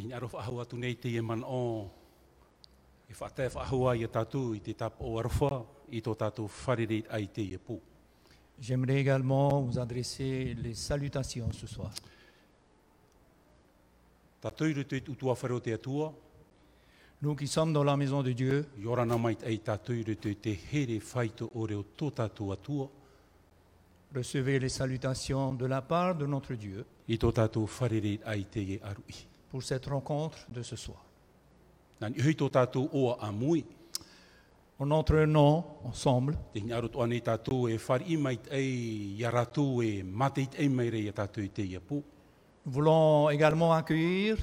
in aro whaahua tu nei te e man o. E whaatea whaahua i a tātou i te tap o arofa i tō tātou wharereit ai te e pū. J'aimerais également vous adresser les salutations ce soir. Tātou i rutu i utua whareo te atua, Nous qui sommes dans la maison de Dieu, i orana mai ai tātou i rutu i te here whaito o reo tō tātou atua recevez les salutations de la part de notre Dieu i tō tātou wharereit ai te e arui. pour cette rencontre de ce soir. Nā ni hui tō tātou oa a mui, En notre nom, ensemble, Te hini aro toa nei tātou e whari i mai ei, ia rātou e mateit ei mai rei a tātou i te ia pō. nous voulons également accueillir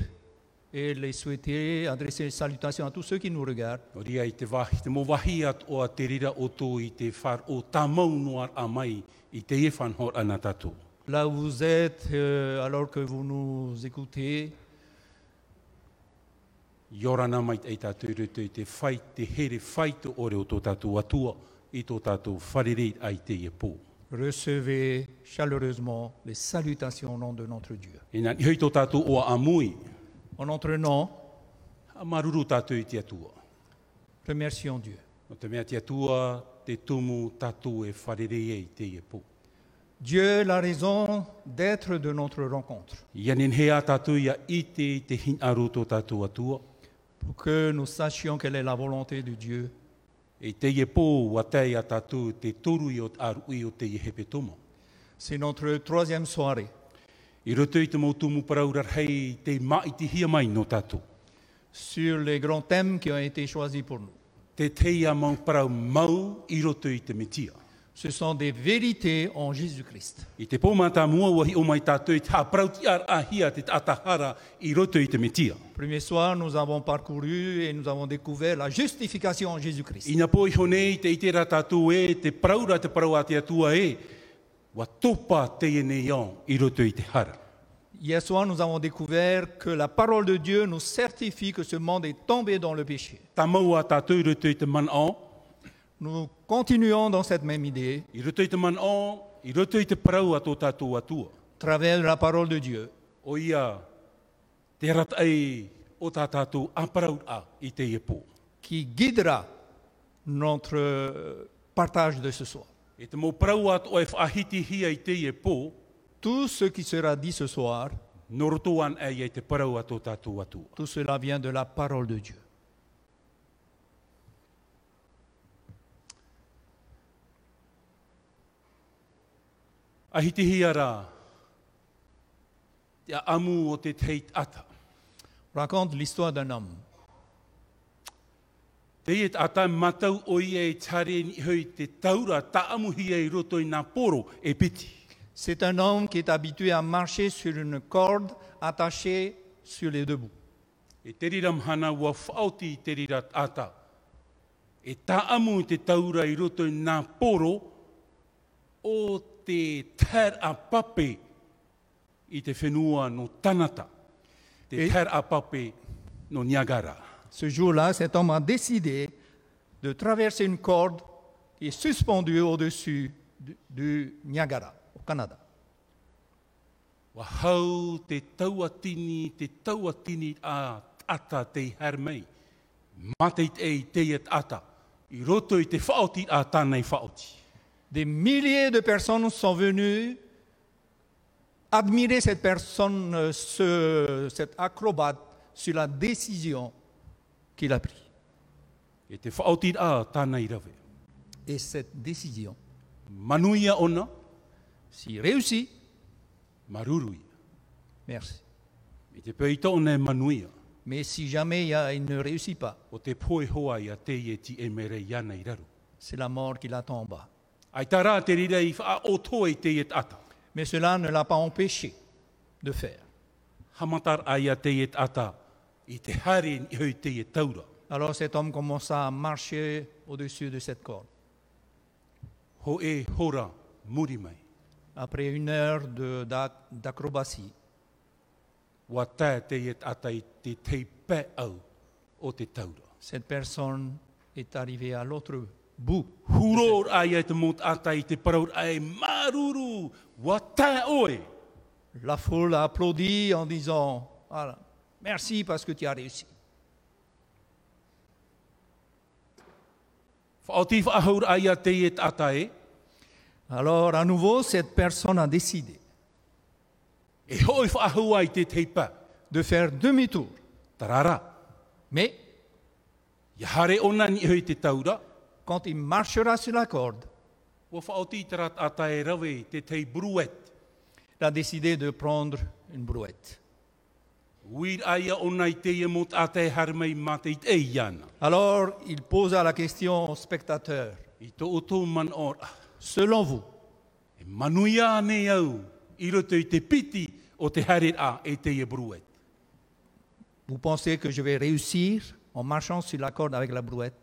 et les souhaiter, adresser les salutations à tous ceux qui nous regardent, No ria i te wahi, te mō wahi at o a te rira o tō i te whar o tā maunoar a mai i te e whanhor ana tātou. là où vous êtes, euh, alors que vous nous écoutez. I ora nā mai ei tātou rutu i te whai, te here whaito ore o tō tātou atua i tō tātou wharireit ai te ia pō. Recevez chaleureusement les salutations au nom de notre Dieu. E nā, i hei tō tātou o a amui, En notre nom, a maruru tātou i te atua. remercions Dieu. No te mea te atua, te tumu tātou e wharirei ei te ia pō. Dieu, la raison d'être de notre rencontre, Ia nin hea tātou ia i te i te hin aru tō tātou atua. pour que nous sachions quelle est la volonté de Dieu, E te ie pō wa te ia tātou te toru i o aru i o te ie hepe toma. C'est notre troisième soirée. I roto i te mautumu paraurar hei te ma i te hia mai no tātou. sur les grands thèmes qui ont été choisis pour nous. Te teia mau parau mau i roto i te metia. Ce sont des vérités en Jésus-Christ. I te pōmata mua wahi o mai tātou i te haparauti ar ahia te atahara i roto i te metia. Premier soir, nous avons parcouru et nous avons découvert la justification en Jésus-Christ. Ina pō i honei te itera tātou e, te paraura te paraua te atua e, wa topa te ie nei au i roto i te hara. Hier soir, nous avons découvert que la parole de Dieu nous certifie que ce monde est tombé dans le péché. Tā maua tātou i roto i te man au, Nous continuons dans cette même idée, i roto i te man au, i roto i te parau a tō tātou atua. à travers la parole de Dieu, O ia, te rat ai o tā tātou a parau a i te iepo. qui guidera notre euh, partage de ce soir. E te mō parau at o e whaahiti hia i te iepo, Tout ce qui sera dit ce soir, no roto an ai e te parau a tō tātou atua. tout cela vient de la parole de Dieu. Ahiti hia rā, te amu o te teit ata. raconte l'histoire d'un homme. Te iet ata matau o ia e tare ni hoi te taura ta amu hia i roto i nā poro e piti. C'est un homme qui est habitué à marcher sur une corde attachée sur les deux bouts. E te rira mhana ua whaoti i te rira ata. E tā amu i te taura i roto i nā poro o te ter a pape i te whenua no tanata. Te E- ter a pape no Niagara. Ce jour-là, cet homme a décidé de traverser une corde qui est suspendue au-dessus du- du Niagara, au Canada. Wa hau te tauatini, te tauatini a ata te hermei. Mateit ei te et ata. I roto i te whaoti a tānei whaoti. Des milliers de personnes sont venues admirer cette personne, euh, ce- cet acrobate, sur la décision qu'il a prise. E te whaoti a tānei rawe. Et cette décision, Manuia ona, s'il réussit, maruruia. merci. I te peita ona e manuia, Mais si jamais il, y a- il ne réussit pas, o te poe hoa ia te ie ti e mere iana i raru. c'est la mort qui l'attend en bas. Ai tā rā te rira i wha o toi te ie ata. Mais cela ne l'a pas empêché de faire. Hamatar aia te ie E ata, i te hare i hoi te ie E taura. Alors cet homme commença à marcher au-dessus de cette corde. Ho e hora muri mai, Après une heure de- d'ac- d'acrobatie, wa tā te ie ata i te tei pē au o te taura. cette personne est arrivée à l'autre bout. Huror aia te mot ata i te paraur ai maruru, wa tā oe. La foule a applaudi en disant Ah, Merci parce que tu as réussi. Whaoti whaahur ai a te e tata e, Alors à nouveau, cette personne a décidé e hoi whaahau ai te teipa. de faire demi-tour. Tarara, Mais ia hare ona ni hoi te taura, quand il marchera sur la corde, ua whaoti tara tata e rawe te tei bruet. il a décidé de prendre une brouette. Uir aia ona i te e mo tata e harmei mā te i te iana. Alors il posa la question au spectateur, I tō o tō man ora, selon vous, e manuia ane au, i roto i te piti o te hare a e te e bruet. vous pensez que je vais réussir en marchant sur la corde avec la brouette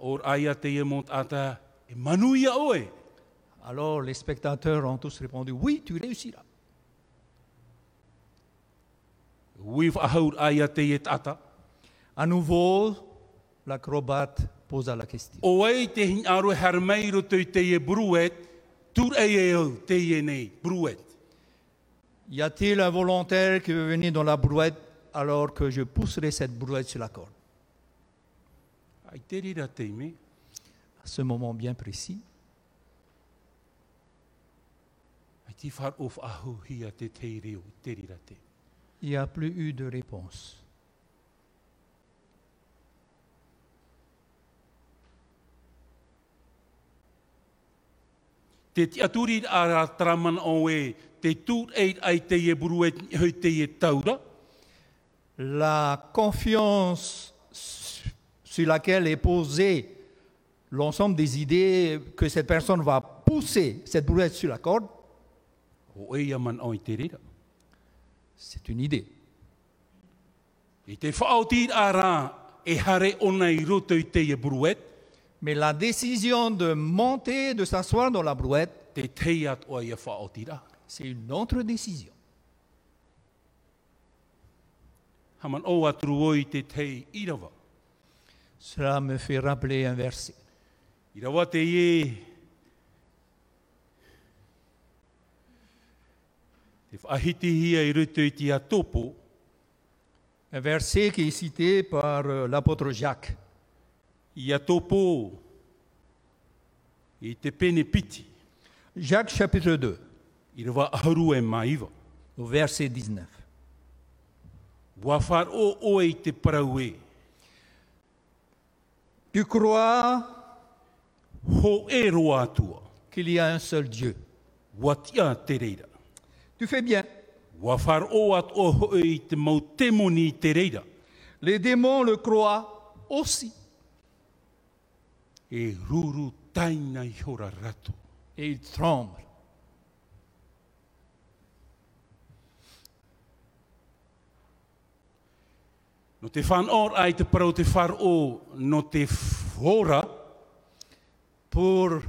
Or aia te e mo tata, e manuia oe, Alors les spectateurs ont tous répondu, oui, tu réussiras. ui whaahur aia te e tata, À nouveau, l'acrobate posa la question. O ei te hin aro harmei roto i te e bruet, tur ei e au te e nei, bruet. Y a-t-il un volontaire qui veut venir dans la brouette alors que je pousserai cette brouette sur la corde Ai te rira te me, À ce moment bien précis, ai te whar of ahu hia te te reo, i te rira te. il n'y a plus eu de réponse. Te ti aturi ara traman o e, te tur ei ai te e bruet, hoi te e taura, La confiance su- sur laquelle est posée l'ensemble des idées que cette personne va pousser cette brouette sur la corde, o ei aman o i te rira. c'est une idée. I te whaotir ara e hare ona i roto i te e bruet, Mais la décision de monter, de s'asseoir dans la brouette, te tei at o ia whaotira. c'est une autre décision. Haman o atru o i te tei irawa. Cela me fait rappeler un verset. I rawa te e. Te whaahiti hia i rutu i tia topo, Un verset qui est cité par euh, l'apôtre Jacques. i a topo i te pene piti, Jacques chapitre 2, i rawa aharu e maiva. au verset 19. Wa whar o oe i te paraue, Tu crois ho e roa atua, qu'il y a un seul Dieu. wa tia te reira. Tu fais bien. Wa whar o at o hoe i te mautemoni i te reira, Les démons le croient aussi. e ruru taina i hora rato. Et ils tremblent. No te whanor ai te parau te whar o, no te hora, Pour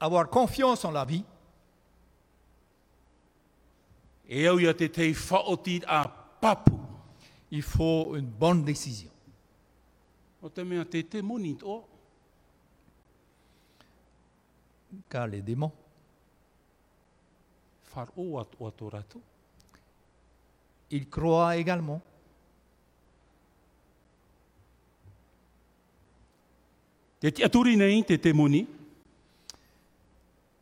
avoir confiance en la vie, E au ia te tei whaoti a papu. il faut une bonne décision. O te mea te te moni tō. Car les démons, Whar o atu atu ratu. ils croient également. Te te aturi nei te te moni.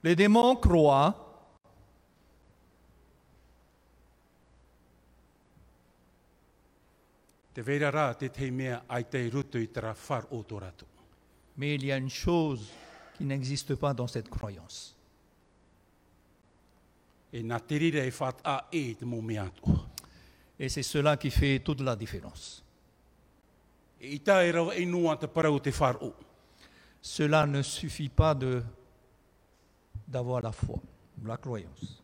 Les démons croient Te vera rā te te mea ai te rutu i tara whar o tō ratu. Mais il y a une chose qui n'existe pas dans cette croyance. E nā te rira e what a e te mō mea tō. Et c'est cela qui fait toute la différence. E i tā e rawa e noa te parau te whar o. Cela ne suffit pas de d'avoir la foi, la croyance.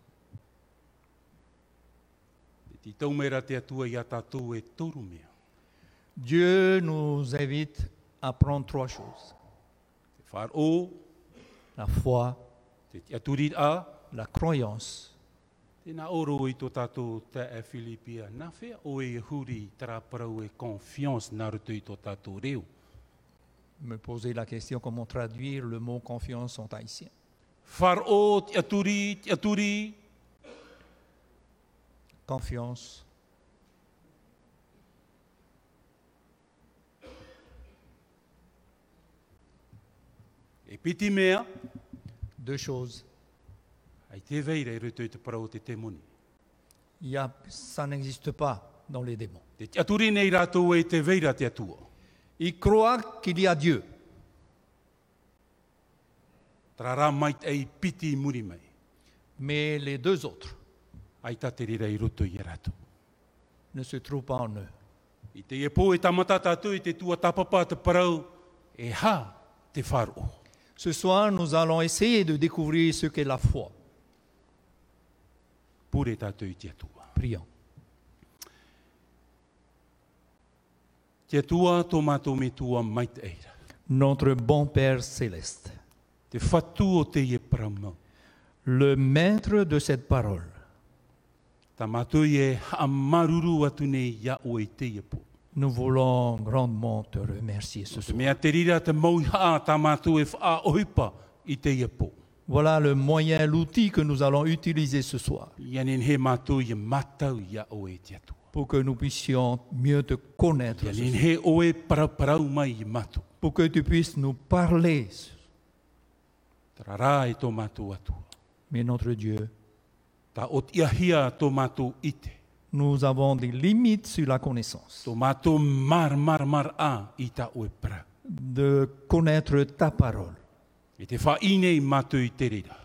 Te ti taumera te atua i a tātou e toru mea. Dieu nous invite à prendre trois choses. Te whar o, La foi, te ti aturi a, la croyance te nā oro i tō tātou te e Filipia. Nā whea o e huri i tara parau e confiance nā rutu i tō tātou reo. me poser la question comment traduire le mot confiance en haïtien. Faro, te aturi, te aturi, confiance. E piti mea, Deux choses. ai te veira i roto i te parao te temoni. Il y a, ça n'existe pas dans les démons. Te aturi nei rātou e te veira te atua. Ils croient qu'il y a Dieu. Tara rā mai te ei piti e i muri mai. mais les deux autres Ai tā te rira i roto i e rātou. ne se trouvent pas en eux. I te e pō e tamata tātou i te tua tapapa te parau, e hā te whāro. Ce soir, nous allons essayer de découvrir ce qu'est la foi. Pūre tātou i te atua. Prions. Te atua tō mātou me tua e mai te eira. Notre bon Père céleste, Te whatu o te e paramau. le maître de cette parole, Ta mātou i e amaruru atu nei ia o e te e pō. nous voulons grandement te remercier ce Te soir. mea te rira te mau hā tā mātou e wha oipa i te e pō. Voilà le moyen, l'outil que nous allons utiliser ce soir Ia nen he mātou i e mātau ia o e te atua. pour que nous puissions mieux te connaître, Ia ce nen soir, he o e paraparau mai i mātou. pour que tu puisses nous parler. Tara rā e tō mātou atua. Mais notre Dieu, Ta ot ia hia tō mātou ite. nous avons des limites sur la connaissance, Tō mātou mar mar mar ā i tā o e parau. de connaître ta parole. E te wha ine i mātou i te rira.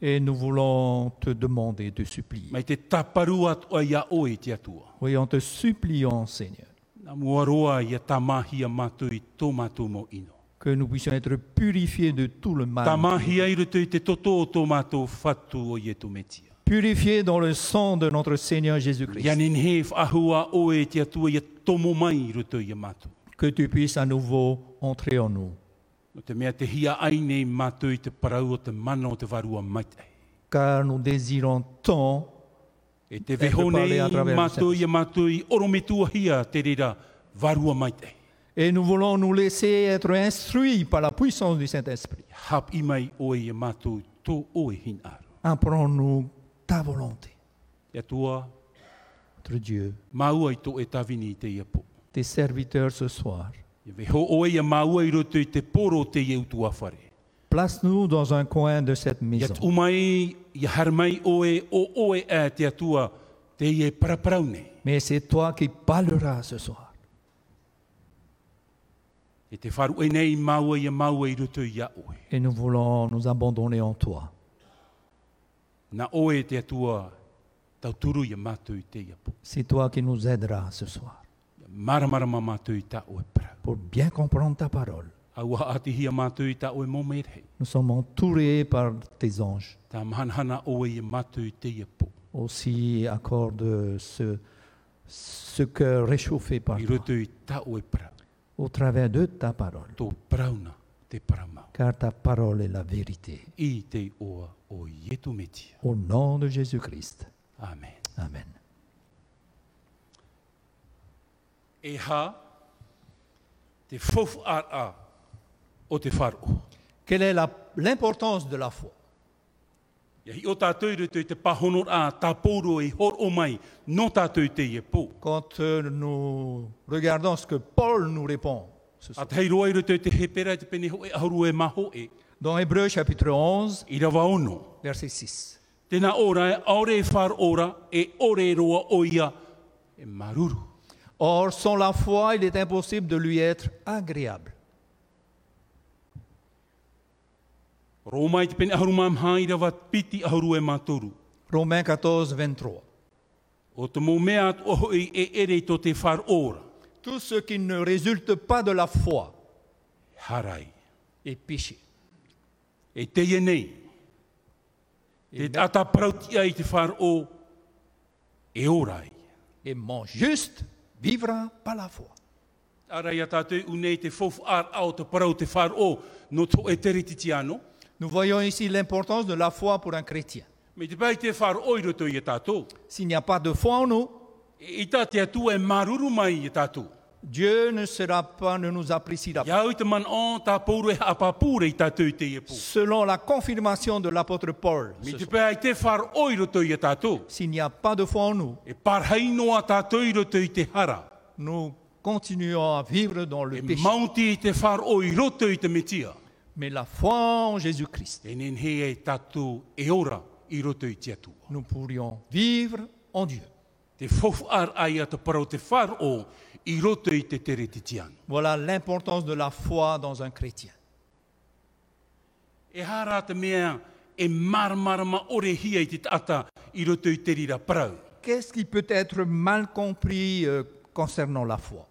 Et nous voulons te demander, te supplier. Mai te taparu at o ia o e te atua. Oui, en te suppliant, Seigneur, Nā mua roa i a tamahia mātou i tō mātou mo ino. que nous puissions être purifiés de tout le mal. Tamahia i rutu i te toto o tō mātou whatu o i e tō metia. Purifiés dans le sang de notre Seigneur Ia Jésus-Christ. nin he whahua o e te atua i a tomo mai i rutu i a mātou. Que tu puisses à nouveau entrer en nous. No te mea te hia ai nei mātou i te parau o te mana o te varua maitai. Car nous désirons tant E te te veho nei pale a travers mātou du i a mātou i orometua hia te rira varua maitai. et nous voulons nous laisser être instruits par la puissance du Saint-Esprit. Hap i mai o e i a mātou tō o e hin aro. Apprends-nous ta volonté, Te atua notre Dieu, maua i tō e tawini i te ia pō. tes serviteurs ce soir. Ia veho oe ia maua i roto i te poro te ieu tu awhare. Place-nous dans un coin de cette Ia maison. umai, ia harmai oe o oe a te atua te ie paraparau nei. Mais c'est toi qui parleras ce soir. E te wharu e nei maua ia maua i roto i a oe. Et nous voulons nous abandonner en toi. Na oe te atua tauturu ia mātou i te ia po. C'est toi qui nous aideras ce soir Ia maramarama mātou i ta oe parau. pour bien comprendre ta parole. Aua atihia mātou i ta oe momerhei. Nous sommes entourés par tes anges. Ta mahanhana oe ia mātou i te ia po. Aussi, accorde ce, ce cœur réchauffé par I toi roto i ta oe parau. au travers de ta parole. Tō parauna te paramau. Car ta parole est la vérité. I te oa o ietu metia. Au nom de Jésus-Christ. Amen. Amen. e hā te fofu ara o te wharo. Quelle est la- l'importance de la foi Ia hi o tātou rutu i te pahonor a tāpōro e hor o mai, no tātou te e pō. Quand euh, nous regardons ce que Paul nous répond ce A soir. te hei roa i rutu i te hepera i te peneho e ahuru e maho e, Dans Hébreu chapitre 11, i rawa ono. verset 6. Tēnā ora e aore e whar ora e ore roa o ia e maruru. Or, sans la foi, il est impossible de lui être agréable. Rōma i te pene ahuru mamha i rawa piti ahuru e mātoru. Romains 14, 23. O te mō mea atu oho i e ere i tō te whar ora. Tout ce qui ne résulte pas de la foi Harai. est péché. E teie nei. Te tata parautia i te whāro e orai. Et mon juste vivra par la foi. Arai a tātou unei te fofu ar au te parau te whāro no tō e terititi anō. Nous voyons ici l'importance de la foi pour un chrétien. Me te pai te whāro i roto i a tātou. S'il n'y a pas de foi en nous, E i tā te atua e maruru mai i a tātou. Dieu ne sera pas, ne nous appréciera pas. Ia au te man o tā pōru e apapūre i tātou te iepu. Selon la confirmation de l'apôtre Paul, Me te pēa i te whar oi roto i a tātou. s'il n'y a pas de foi en nous, E parhainoa tātou i roto i te hara. nous continuons à vivre dans le E péché. mauti i te whar oi roto i te metia. Mais la foi en Jésus-Christ, E nen hea e tātou e ora i roto i te atua. nous pourrions vivre en Dieu. Te fofu ar ai a te parau te whar o i roto i te tere te tiana. Voilà l'importance de la foi dans un chrétien. E hara te mea e marmarama ore hia i te ata i roto i te rira parau. Qu'est-ce qui peut être mal compris euh, concernant la foi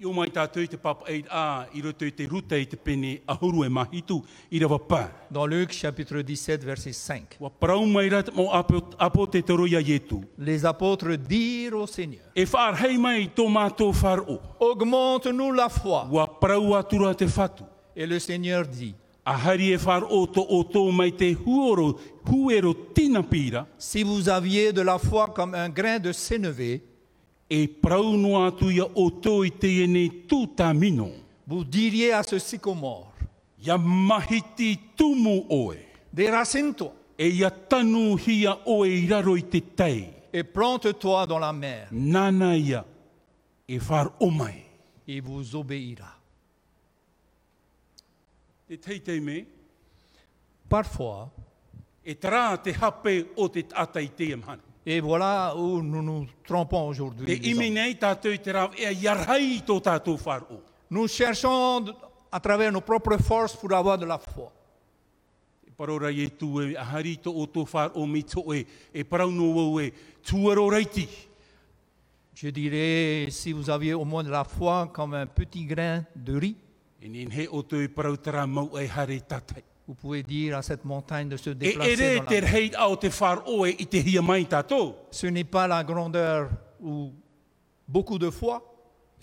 I o mai tātou i te papa eid a i roto i te ruta i te pene ahuru e mahitu i rawa pā. Dans Luc chapitre 17, verset 5, Wa parau mai rat mo apo, apo te toroia ietu. les apôtres dirent au Seigneur, E whārhei mai tō mātou whāro. augmente-nous la foi. Wa parau atura te whatu. Et le Seigneur dit, Ahari e whāro tō o tō mai te huoro, huero tina pīra. si vous aviez de la foi comme un grain de sénévé, E parau no atu ia o tō i te ene tū tā mino. vous diriez à ce sycomore, Ia mahiti tumu oe. déracine-toi E ia tanu hia oe i raro i te tei. et plante-toi dans la mer, Nana ia e whāro mai. il vous obéira. Te teitei me, Parfois, e tara te hape o te tata i te emhana. et voilà où nous nous trompons aujourd'hui. Te les imi hommes. nei tātou i te rau e a iarhai i tō tātou whāro. Nous cherchons de- à travers nos propres forces pour avoir de la foi. E parora i e tū e ahari tō o tō whāro mi tō e, e parau no wau e tūaro reiti. Je dirais, si vous aviez au moins de la foi comme un petit grain de riz, E nen he o tō e parau tara mau e hare tātai. vous pouvez dire à cette montagne de se E ere déplacer. dans te la... rei au te whāro e i te hia mai tātou. Ce n'est pas la grandeur ou beaucoup de foi.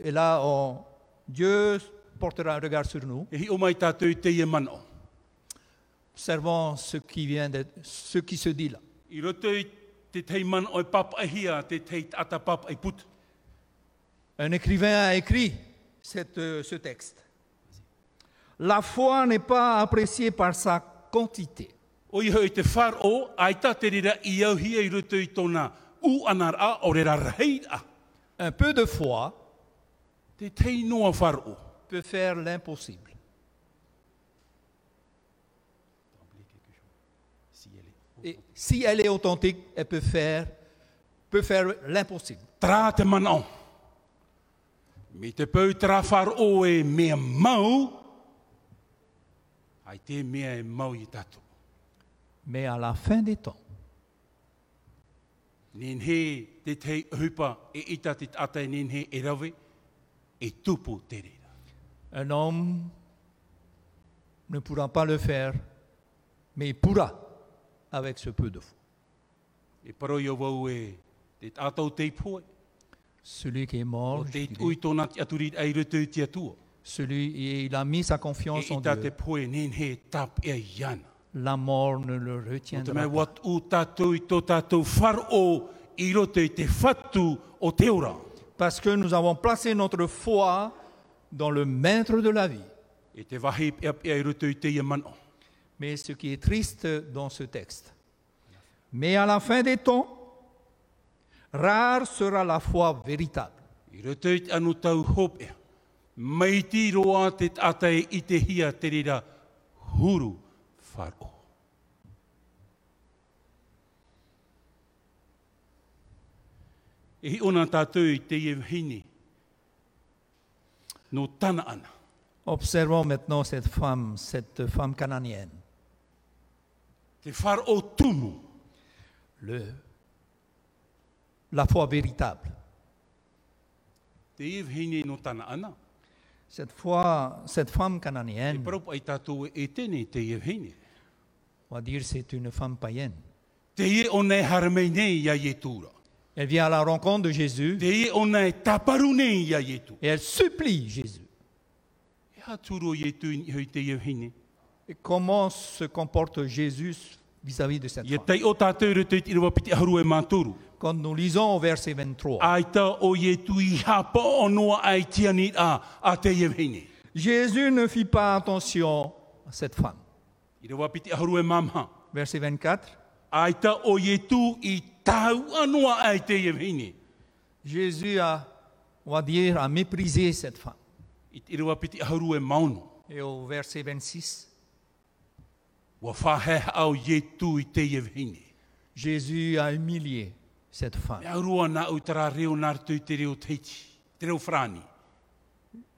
Et là, on- Dieu portera un regard sur nous. E hi o mai tātou i te ia mano. Observons ce qui vient de ce qui se dit là. I roto i te tei mano e papa e hia, te tei tata papa e putu. Un écrivain a écrit cette- euh, ce texte. La foi n'est pas appréciée par sa quantité, O iho i te whāro, ai tā te rira i au hia i roto i tōna u anara o rera reira. Un peu de foi Te tei noa whāro. peut faire l'impossible. Et si elle est authentique, elle peut faire, peut faire l'impossible. Trā te mana o. Me te pau tera whāro e mea mau, ai te mea e mau i tātou. Mais à la fin des temps, Nen he te tei hupa e ita te tata e nen he e rawe, e tupu te rira. un homme ne pourra pas le faire, mais il pourra avec ce peu de foi. E paro i o wau e te tātou te poe, Celui qui est mort, o je te dirais, ui tōna te aturit ai roto i te atua. celui et il a mis sa E confiance en i tā te Dieu. poe nen he tāp e iana. La mort ne le O te mea retiendra pas. wat u tātou i tō tātou wharo i roto i te whatu o te ora. Parce que nous avons placé notre foi dans le maître de la vie. E te wahi pia pia i roto i te ia mano. Mais ce qui est triste dans ce texte, mais à la fin des temps, rare sera la foi véritable. I roto i te anu tau hop ea. Maiti roa te atae i te hia te rira huru wharo. E hi ona tātou i te ia hini. No tana ana. Observons maintenant cette femme, cette femme cananienne. Te wharo tumu. Le, la foi véritable. Te iwi hine no tana ana. Cette foi, cette femme Te cananienne, parau ai tātou e tēnei te iwi hine. on va dire c'est une femme païenne. Te ie o nei haramei nei ia ie tūra. Elle vient à la rencontre de Jésus Te ie o nei taparu nei ia ie tū. et elle supplie Jésus. E ha tūro ie tū i hoi te iwi hine. Et comment se comporte Jésus vis-à-vis de cette Ia femme tei o tātou rutu i rawa piti haru e mātūru. quand nous lisons au verset 23. Aita o ye tui hapa onoa ai tiani a a te yevhine. Jésus ne fit pas attention à cette femme. I rewa piti ahuru e mamha. Verset 24. Aita o ye tu i tau anoa ai te yevhine. Jésus a, on va dire, a méprisé cette femme. I te rewa piti ahuru e maunu. Et au verset 26, Wa whahe au ye tu i te yevhine. Jésus a humilié cette Me femme. arua na u tara reo nara tui te reo teiti. Te reo frani.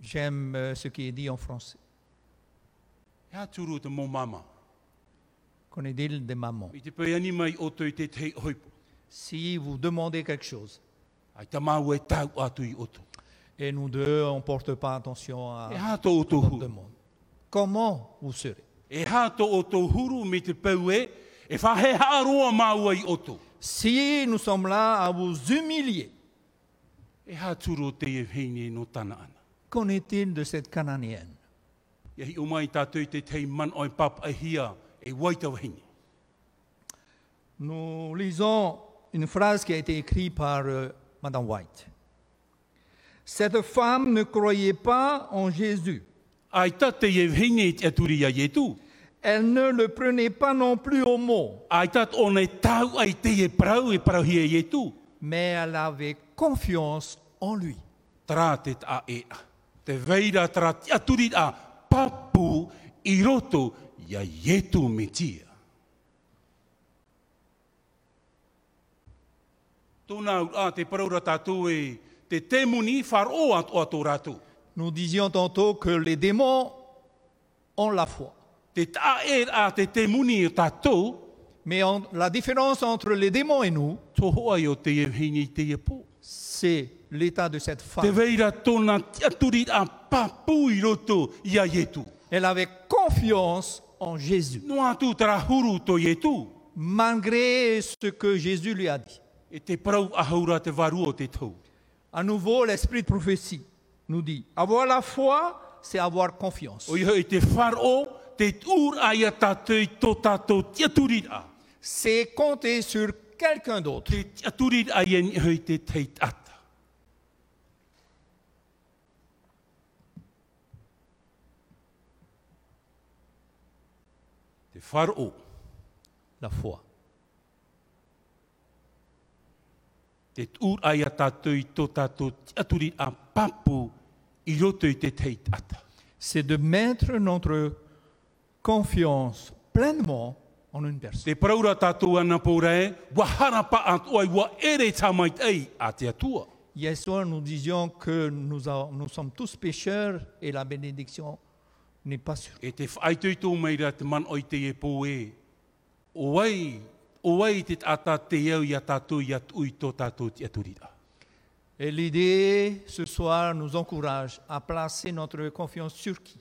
J'aime euh, ce qui est dit en français. Hea tūru E te mō mama. Qu'on est dit des mamans. I te pei ani mai o tui te te hoipo. Si vous demandez quelque chose, Ai ta mau e tau atu i oto. et nous deux, on ne porte pas attention à E hā tō oto notre huru. demande, comment vous serez E hā tō oto huru me te pau e. E whahe haroa maua i oto. Si nous sommes là à vous humilier, E hā tūru o te e heine no tana ana. qu'en est-il de cette Cananéenne Ia hi o mai tātou i te tei man oi pap a hia e waitau heine. Nous lisons une phrase qui a été écrite par euh, Madame White. Cette femme ne croyait pas en Jésus. Ai tā te e heine e turi a yetu. Elle ne le prenait pas non plus au mot, Ai tā one tau ai te e parau e parau hia yetu. mais elle avait confiance en lui. Tara te tā e a. Te veira tara te aturi a papu i roto ia yetu me tia. Tōna ura te paraura tātou e te temuni wharo atu atu rātou. Nous disions tantôt que les démons ont la foi. Te tāer a te te muni o tātou, Mais en- la différence entre les démons et nous, tō hoa i o te hini i te pō. c'est l'état de cette Te femme. veira tōna tiaturi a papu i roto i a yetu. Elle avait confiance en Jésus, No atu tara huru tō yetu, malgré ce que Jésus lui a dit. e te parau ahaura te varu o te tau. À nouveau, l'esprit de prophétie nous dit, avoir la foi, c'est avoir confiance. O iho i te wharo, te tūr ai a tātou i tō tātou tiaturi a. C'est compter sur quelqu'un d'autre. Te tiaturi ai e iho i te teit ata. Te wharo, La foi. te tūr ai a tātou i tō tātou tiaturi a papu i roto i te teit ata. C'est de mettre notre confiance pleinement en une personne. Te paraura tātou ana pōra e, wa harapa atu ai, wa ere tamai ei a te atua. Hier soir, nous disions que nous, a- nous sommes tous pécheurs et la bénédiction n'est pas sûre. E te whaitui tō meira te man oi te e pō e, o wai, o wai te ata te au i a tātou i atu i tō tātou te aturira. Et l'idée ce soir nous encourage à placer notre confiance sur qui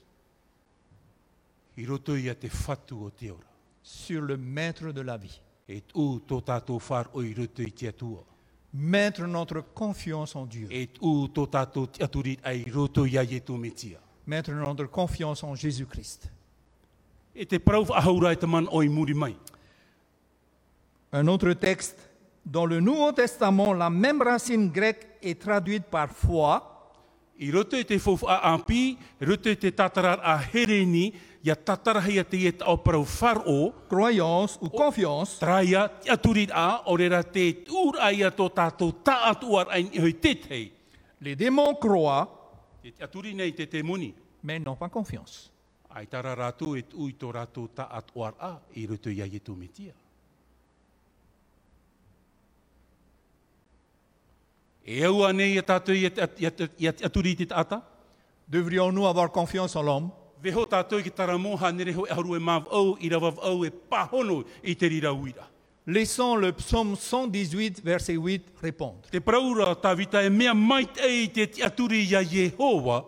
I roto i a te whatu o te ora. Sur le maître de la vie. E tū tō tātou whar o i roto i te atua. Mettre notre confiance en Dieu. E tū tō tātou te aturira ai roto i a i e tō metia. Mettre notre confiance en Jésus-Christ. E te parau ahaura i te man oi muri mai. Un autre texte, dans le Nouveau Testament, la même racine grecque est traduite par foi, I roto i te fofu a ampi, roto i te tatarar a hereni, ia tatarahi a te e tau parau whar o, croyance ou confiance, Traia te aturit a, o rera te tūr ai a tō tātou tā atuar ai hoi tētei. les démons croient, Te te aturi nei te te muni. mais n'ont pas confiance. Ai tara rātou e tūi tō rātou tā atuar a, i rutu ia i tū mitia. E au anei e tātou i te at- i at- i te aturi te ata? Devrions-nous avoir confiance en l'homme Veho tātou ki tara moha nereho e haru e māv au, i rawa au e pahono i te rira uira. Laissons le psaume 118, verset 8 répondre. Te praura tāwita e mea mait ei te te aturi ia Jehowa,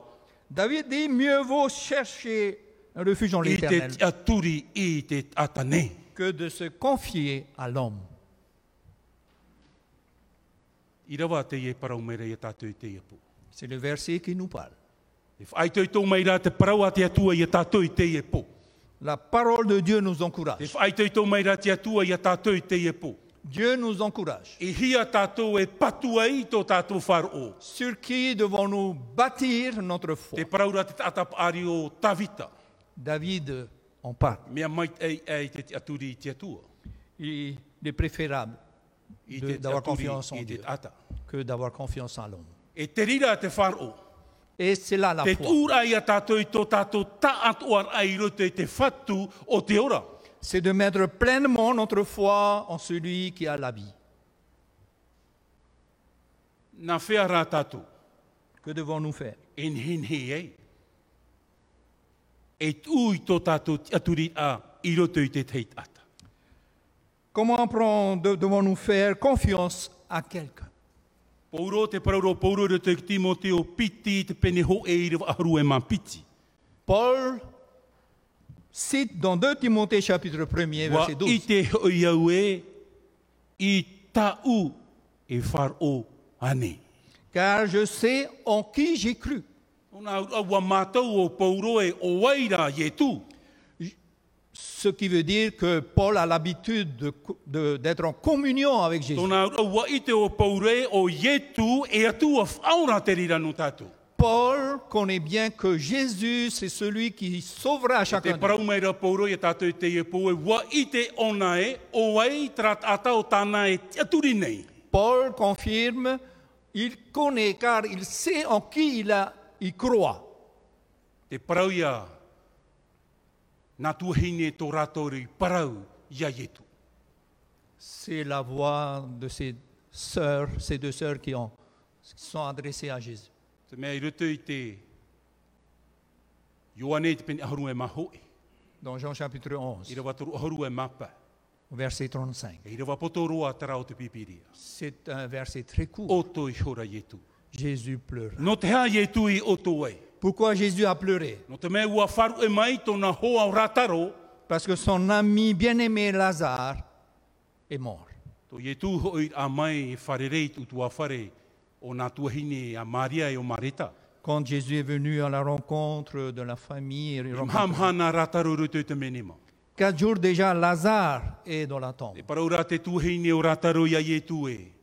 David dit, mieux vaut chercher un refuge en i te l'éternel aturi i te atane. que de se confier à l'homme. I rawa te e parau meira i a tātou te iapu. C'est le verset qui nous parle. E whai tau tō meira te parau a te atua i a tātou i te iapu. La parole de Dieu nous E encourage. whai tau tō meira te atua i a tātou i te iapu. Dieu nous encourage. I hia tātou e patua i tō tātou whāro. Sur qui devons-nous bâtir notre foi Te paraura te atap ari o tavita. David en parle. Mea mai ei ei te te aturi i te atua. Il est préférable I De- te te d'avoir aturi confiance en i te Dieu. ata. que d'avoir confiance en l'homme. E te rira te whāro. Et c'est là la Te foi. tūra i a tātou i tō tātou taat o ar ai roto i te whatu o te ora. C'est de mettre pleinement notre foi en celui qui a la vie. Nā whea rā tātou. Que devons-nous faire En hen he ei. E tū i tō tātou te aturi a i roto i te teit ata. Comment prendre- de- devons-nous faire confiance à quelqu'un Pauro te parauro pauro i roto i Timoteo piti i te pene ho e i rewa aharu e mā piti. Paul cite dans 2 Timothée chapitre 1er Wa verset i 12. te hoi au e, i tau e wharo ane. Car je sais en qui j'ai cru. Una aua mātou o pauro e o waira i e tū. Ce qui veut dire que Paul a l'habitude de co- de- d'être en communion avec Jésus. Tōna aua i te o paure o Yetu e atu a whaura te rira no tātou. Paul connaît bien que Jésus, c'est celui qui sauvera Te chacun. de nous. paraumeira pauro i a tātou te e pō e wa i te ona e o wai trat atau tāna e te aturi nei. Paul confirme, il connaît car il sait en qui il, a, il croit. Te parau ia nā tuahine tō rātori parau ia Yetu. C'est la voix de ses sœurs, ces deux sœurs qui, ont, qui sont adressées à Jésus. Te mea i rutu i te Ioane te pene aharu e maho e. Dans Jean chapitre I 11, rawa toru aharu e mapa. verset 35. E i rawa poto roa te rao te pipiria. C'est un verset très court. Oto i hora Yetu. Jésus pleure. No te hea Yetu i oto ai. Pourquoi Jésus a pleuré No te mea ua wharu e mai tōna hoa o rātaro, Parce que son ami bien-aimé Lazare est mort. tō Yetu hoi a mai e wharerei tu tua whare o nā tuahine a Maria e o Mareta. Quand Jésus est venu à la rencontre de la famille, il rencontre- Mhamha nā rātaro rutu i te menema. quatre jours déjà, Lazare est dans la tombe. Te paraura te tuahine o rātaro ia Yetu e.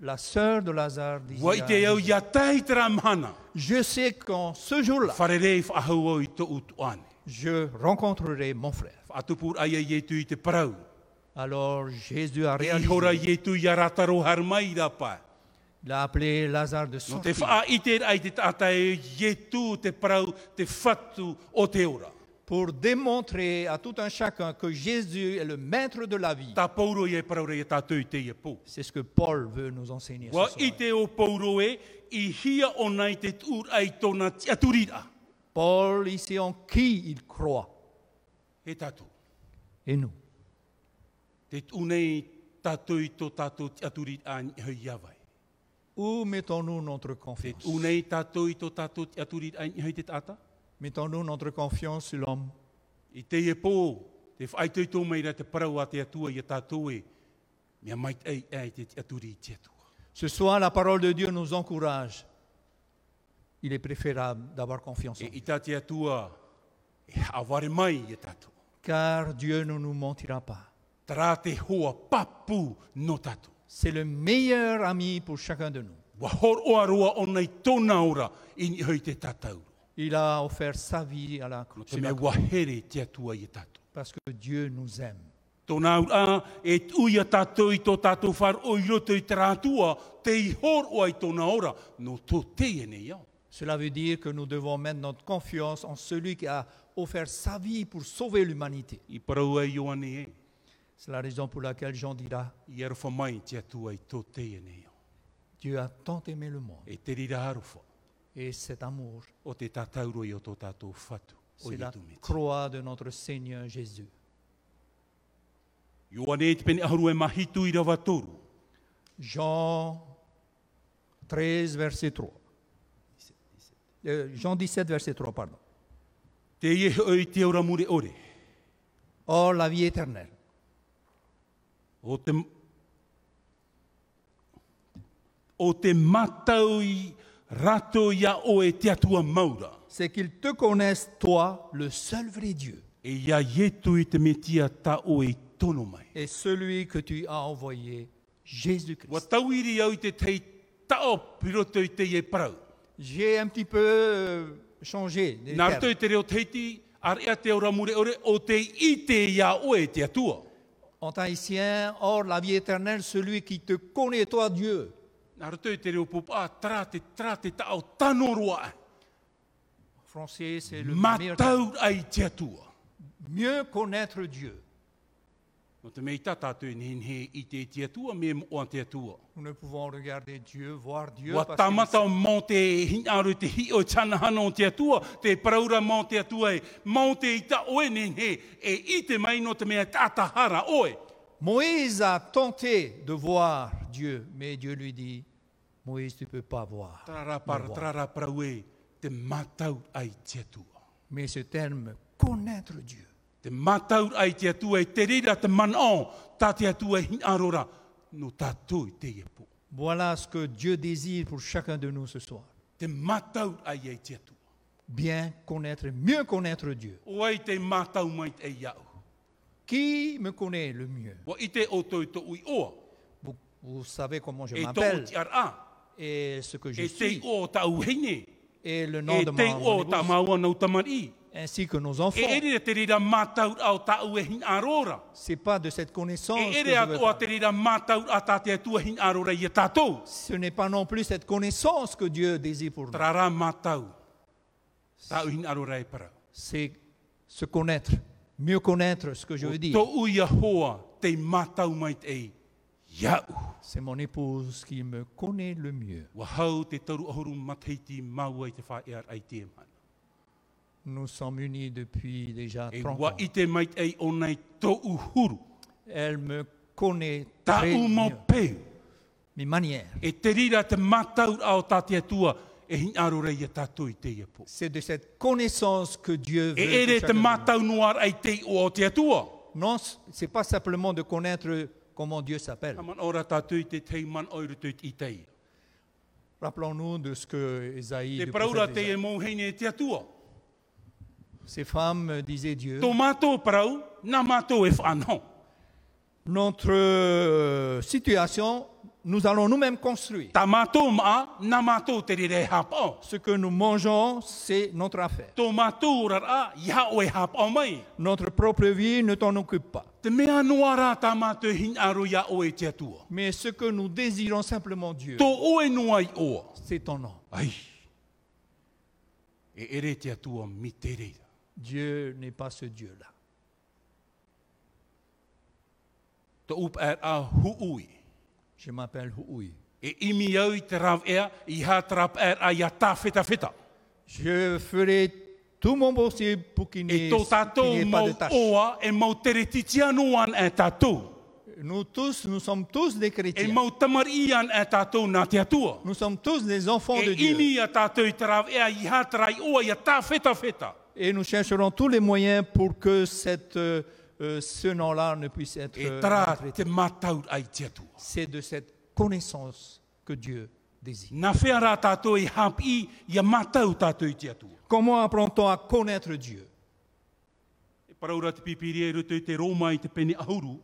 La sœur de Lazare disait, Wa i te au ia tai tera mhana. je sais qu'en ce jour-là, Wharerei whaahau au i tō utuane. je rencontrerai mon frère. Atupur aia Yetu i te parau. Alors Jésus a I hora réalisé, Yetu i arataro harmai rā pā. il a appelé Lazare de No sortir. te wha i te ai te tata e Yetu te parau te whatu o te ora. pour démontrer à tout un chacun que Jésus est le maître de la vie. Tā pauro i e paraura i e tātou i te ia pō. C'est ce que Paul veut nous enseigner. ce Wa soir. i te o pauro e, i hia o nai te tūr ai tōna tiaturira. Paul ici en qui il croit He tātou. et nous. Te tūnei tātou i tō tātou tiaturira ai hei iawai. Où mettons-nous notre Te confiance tūnei tātou i tō tātou tiaturira ai hei te tata. Mettons-nous notre confiance sur l'homme I te e pō, te whaitau tō meira te parau a te atua i a tātou e, mea mai ei ei te aturi i te atua. Ce soir, la parole de Dieu nous encourage. Il est préférable d'avoir confiance en E Dieu, i tā te atua, e aware mai i a tātou. car Dieu ne nous mentira pas. Tarā te hoa papu no tātou. C'est le meilleur ami pour chacun de nous. Wa hor o aroa o nei tōna ora i ni hoi te tātou. Il a offert sa vie à la croix No te mea wahere te atua i a tātou. parce que Dieu nous aime. Tōna ura, e tui a tātou i tō tātou whar o i roto i te rātua, te i hor o ai tōna ora, no tō te e nei au. Cela veut dire que nous devons mettre notre confiance en celui qui a offert sa vie pour sauver l'humanité. I parau ai Ioane e. C'est la raison pour laquelle Jean dira, I arofa mai te atua i tō te e nei au. Dieu a tant aimé le monde E te rira arofa et cet amour, o te tātauro i o tō tātou whatu o c'est i la tu miti. croix de notre Seigneur Jésus. Ioane te pene ahuru e mahitu i rawa tōru. Jean 13, verset 3. Euh, Jean 17, verset 3, pardon. Te ie oi te ora mure ore. Or, la vie éternelle, O te, o te matau i rato ia o e te atua maura. c'est qu'ils te connaissent, toi, le seul vrai Dieu, E ia ietu i te metia ta o e tono mai. est celui que tu as envoyé, Jésus-Christ. Wa tauiri au i te tei tao piroto i te e parau. J'ai un petit peu euh, changé. les Nā termes. rato i te reo teiti, ar ea te ora mure ore, o te i te ia oe te atua. En tahitien, hors la vie éternelle, celui qui te connaît, toi Dieu. Nā rato i te reo pupa, tra te tra te tao tano roa ai. En Français, c'est le meilleur terme. Matau ai te atua. Mieux connaître Dieu. No te mei tā tātou nihin he i te te atua, me mo te atua. Nous ne pouvons regarder Dieu, voir Dieu. Wa parce qu'il tamata mō te hinaru te hi o tanahana o te atua, te paraura mō te atua e, mō te ita oe nen he, e i te mai no te mea tātahara oe. Moïse a tenté de voir Dieu, mais Dieu lui dit, Moïse, tu ne peux pas voir. Trara para, trara para ue, te matau ai te atua. Mais ce terme, connaître Dieu, Te matau ai te atua e te rira te man o, tā te atua e hinarora, no tātou i te epo. voilà ce que Dieu désire pour chacun de nous ce soir. Te matau ai ai te atua. Bien connaître, mieux connaître Dieu. O ai te matau mai te iau. Qui me connaît le mieux Wa i te o toi to ui oa, vous, vous savez comment je e to o m'appelle ti ara a, et ce que je e te suis o tau heine, et le nom e te de o mon ta épouse, maua nau tamari. ainsi que nos enfants. E ere te rira mātau au tāu e hin arora. C'est pas de cette connaissance E que ere je veux atoa parler. te rira mātau a tā te atua hin arora i a tātou. Ce n'est pas non plus cette connaissance que Dieu désire pour nous. Trara mātau. Tāu hin arora e parau. C'est se connaître, mieux connaître ce que je veux dire. Tō ui a hoa te mātau mai te ei. Iau. C'est mon épouse qui me connaît le mieux. Wa hau te taru ahoru matheiti maua i te whaear ai te emana. Nous sommes unis depuis déjà E 30 wa ans. i te mai te ei o nei tō uhuru. Elle me connaît très Tāu mō bien, peu. mes manières. E te rira te mātau au tā te atua e hin arora i a tātou i te epo. C'est de cette connaissance que Dieu E veut. pour ere te chacun de nous. mātau noar ai te o o te atua. Non, c'est pas simplement de connaître comment Dieu s'appelle. Haman ora tātou i te tei man oiru tū i tei. Rappelons-nous de ce que Esaïe, Te le paraura prophète te Ésaïe- e mou heine e te atua. ces femmes euh, disaient Dieu, Tō mātou parau, nā mātou e whanau. notre euh, situation, nous allons nous-mêmes construire. Tā mātou maa, nā mātou te rere hapau. Ce que nous mangeons, c'est notre affaire. Tō mātou ora rā, iha o e hapau mai. Notre propre vie ne t'en occupe pas. Te mea noa rā tā mātou hin aro ia o e te atua. Mais ce que nous désirons simplement Dieu, Tō oe noa i oa. c'est ton nom. Ai. E ere te atua mi te reira. Dieu n'est pas ce Dieu-là. Tō up er a huui. Je m'appelle Houy. E imi au i te rav ea, i hā trap er a ia tā wheta wheta. Je ferai tout mon possible pour qu'il E n'y ait tō qu'il n'y tātou ait pas mau de tâche. oa, e mau tere titiano an e tātou. Nous tous, nous sommes tous des E chrétiens. mau tamari an e tātou nā te atua. Nous sommes tous des enfants de E Dieu. ini a tātou i tarav ea i hātarai oa i a tā wheta wheta. Et nous chercherons tous les moyens pour que cette, euh, euh, ce nom-là ne puisse être... E euh, tara maltraité. te mātaur ai te atua. C'est de cette connaissance que Dieu désire. Nā whea rā tātou i hap i i a mātaur tātou i te atua. Comment apprend-on à connaître Dieu E paraura te pipiri e rutu i te Roma i te pene ahuru,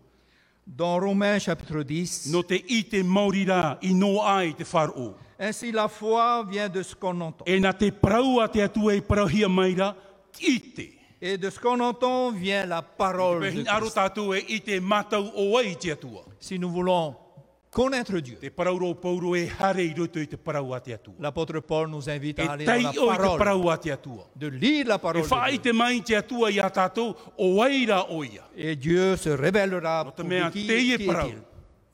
Dans Romains chapitre 10, no te i te maurira i no ai te wharo. ainsi la foi vient de ce qu'on entend. E nā te praua te atua i parauhia maira, i te. Et de ce qu'on entend vient la parole de Pehin aro Christ. tātou e i te mātaur oa i te atua. Si nous voulons connaître Dieu, Te parauro o pauro e hare i roto i te parau a te atua. l'apôtre Paul nous invite E à aller dans tei la o i te parole, parau a te atua. de lire la E parole de whaai Dieu. te mai te atua i a tātou o aira o ia. Et Dieu se révélera te pour mea dire qui, te ie qui est-il. parole.